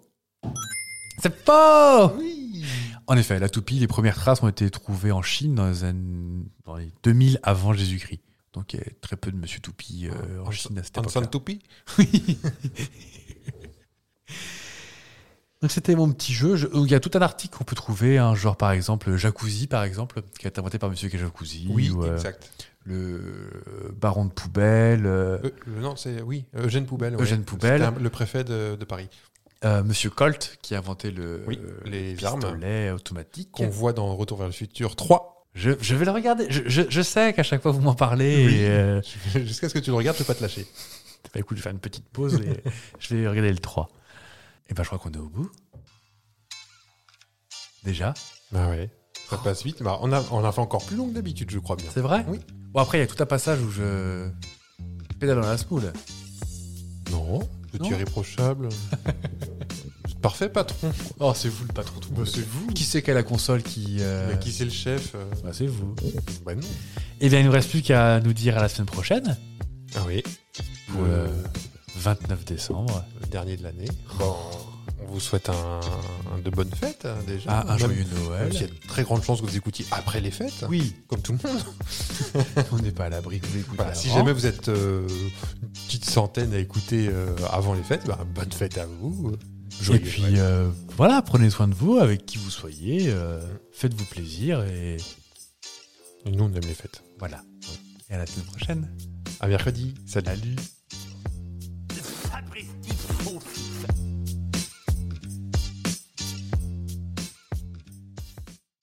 S3: C'est faux
S1: Oui.
S3: En effet, la toupie, les premières traces ont été trouvées en Chine dans les, années- dans les 2000 avant Jésus-Christ. Donc il y a très peu de Monsieur Toupie euh, en
S1: Hans-
S3: Chine à cette
S1: Hanson
S3: époque
S1: Toupie.
S3: Donc c'était mon petit jeu. Je- il y a tout un article qu'on peut trouver, hein, genre par exemple Jacuzzi, par exemple, qui a été inventé par Monsieur qui est Jacuzzi.
S1: Oui,
S3: ou, euh,
S1: exact.
S3: le euh, baron de poubelle, euh,
S1: Euh, le- non, c'est oui, Eugène Poubelle. ouais.
S3: Eugène Poubelle.
S1: C'était un- le préfet de, de Paris
S3: euh, Monsieur Colt qui a inventé le
S1: Oui,
S3: euh,
S1: les
S3: pistolet automatique.
S1: qu'on voit dans Retour vers le futur 3.
S3: Je, je vais le regarder. Je, je- je sais qu'à chaque fois vous m'en parlez.
S1: Oui.
S3: Et, euh,
S1: Jusqu'à ce que tu le regardes, je peux pas te lâcher.
S3: bah, écoute, je vais faire une petite pause et je vais regarder le 3. Et ben, je crois qu'on est au bout. Déjà,
S1: Bah ouais. Ça passe vite. Bah, on, a, on a fait encore plus long que d'habitude, je crois bien.
S3: c'est vrai
S1: Oui.
S3: Bon, après, il y a tout un passage où je pédale dans la smoule.
S1: Non, c'est
S3: Non.
S1: irréprochable. C'est Parfait, patron.
S3: Oh, c'est vous le patron tout
S1: Bah, c'est vous.
S3: Qui c'est qui a la console qui. euh,
S1: Mais qui c'est le chef euh,
S3: bah, c'est vous.
S1: Bah non.
S3: Eh bien, il ne nous reste plus qu'à nous dire à la semaine prochaine,
S1: Ah oui.
S3: pour
S1: Euh,
S3: le 29 décembre.
S1: le dernier de l'année. Bon, on vous souhaite un, un- de bonnes fêtes hein, déjà.
S3: Ah, un
S1: Même-
S3: joyeux
S1: même s'il y a
S3: Noël.
S1: de très grandes chances que vous écoutiez après les fêtes, hein,
S3: Oui,
S1: comme tout le monde.
S3: on n'est pas à l'abri que vous écoutez.
S1: Voilà, si
S3: avant.
S1: jamais vous êtes euh, une petite centaine à écouter euh, avant les fêtes, bah, bonne fête à vous.
S3: Et
S1: Joyeux
S3: puis,
S1: Noël.
S3: euh, voilà, prenez soin de vous, avec qui vous soyez, euh, faites-vous plaisir et euh,
S1: nous on aime les fêtes.
S3: voilà. Et à la semaine prochaine.
S1: À mercredi. Salut.
S3: Salut.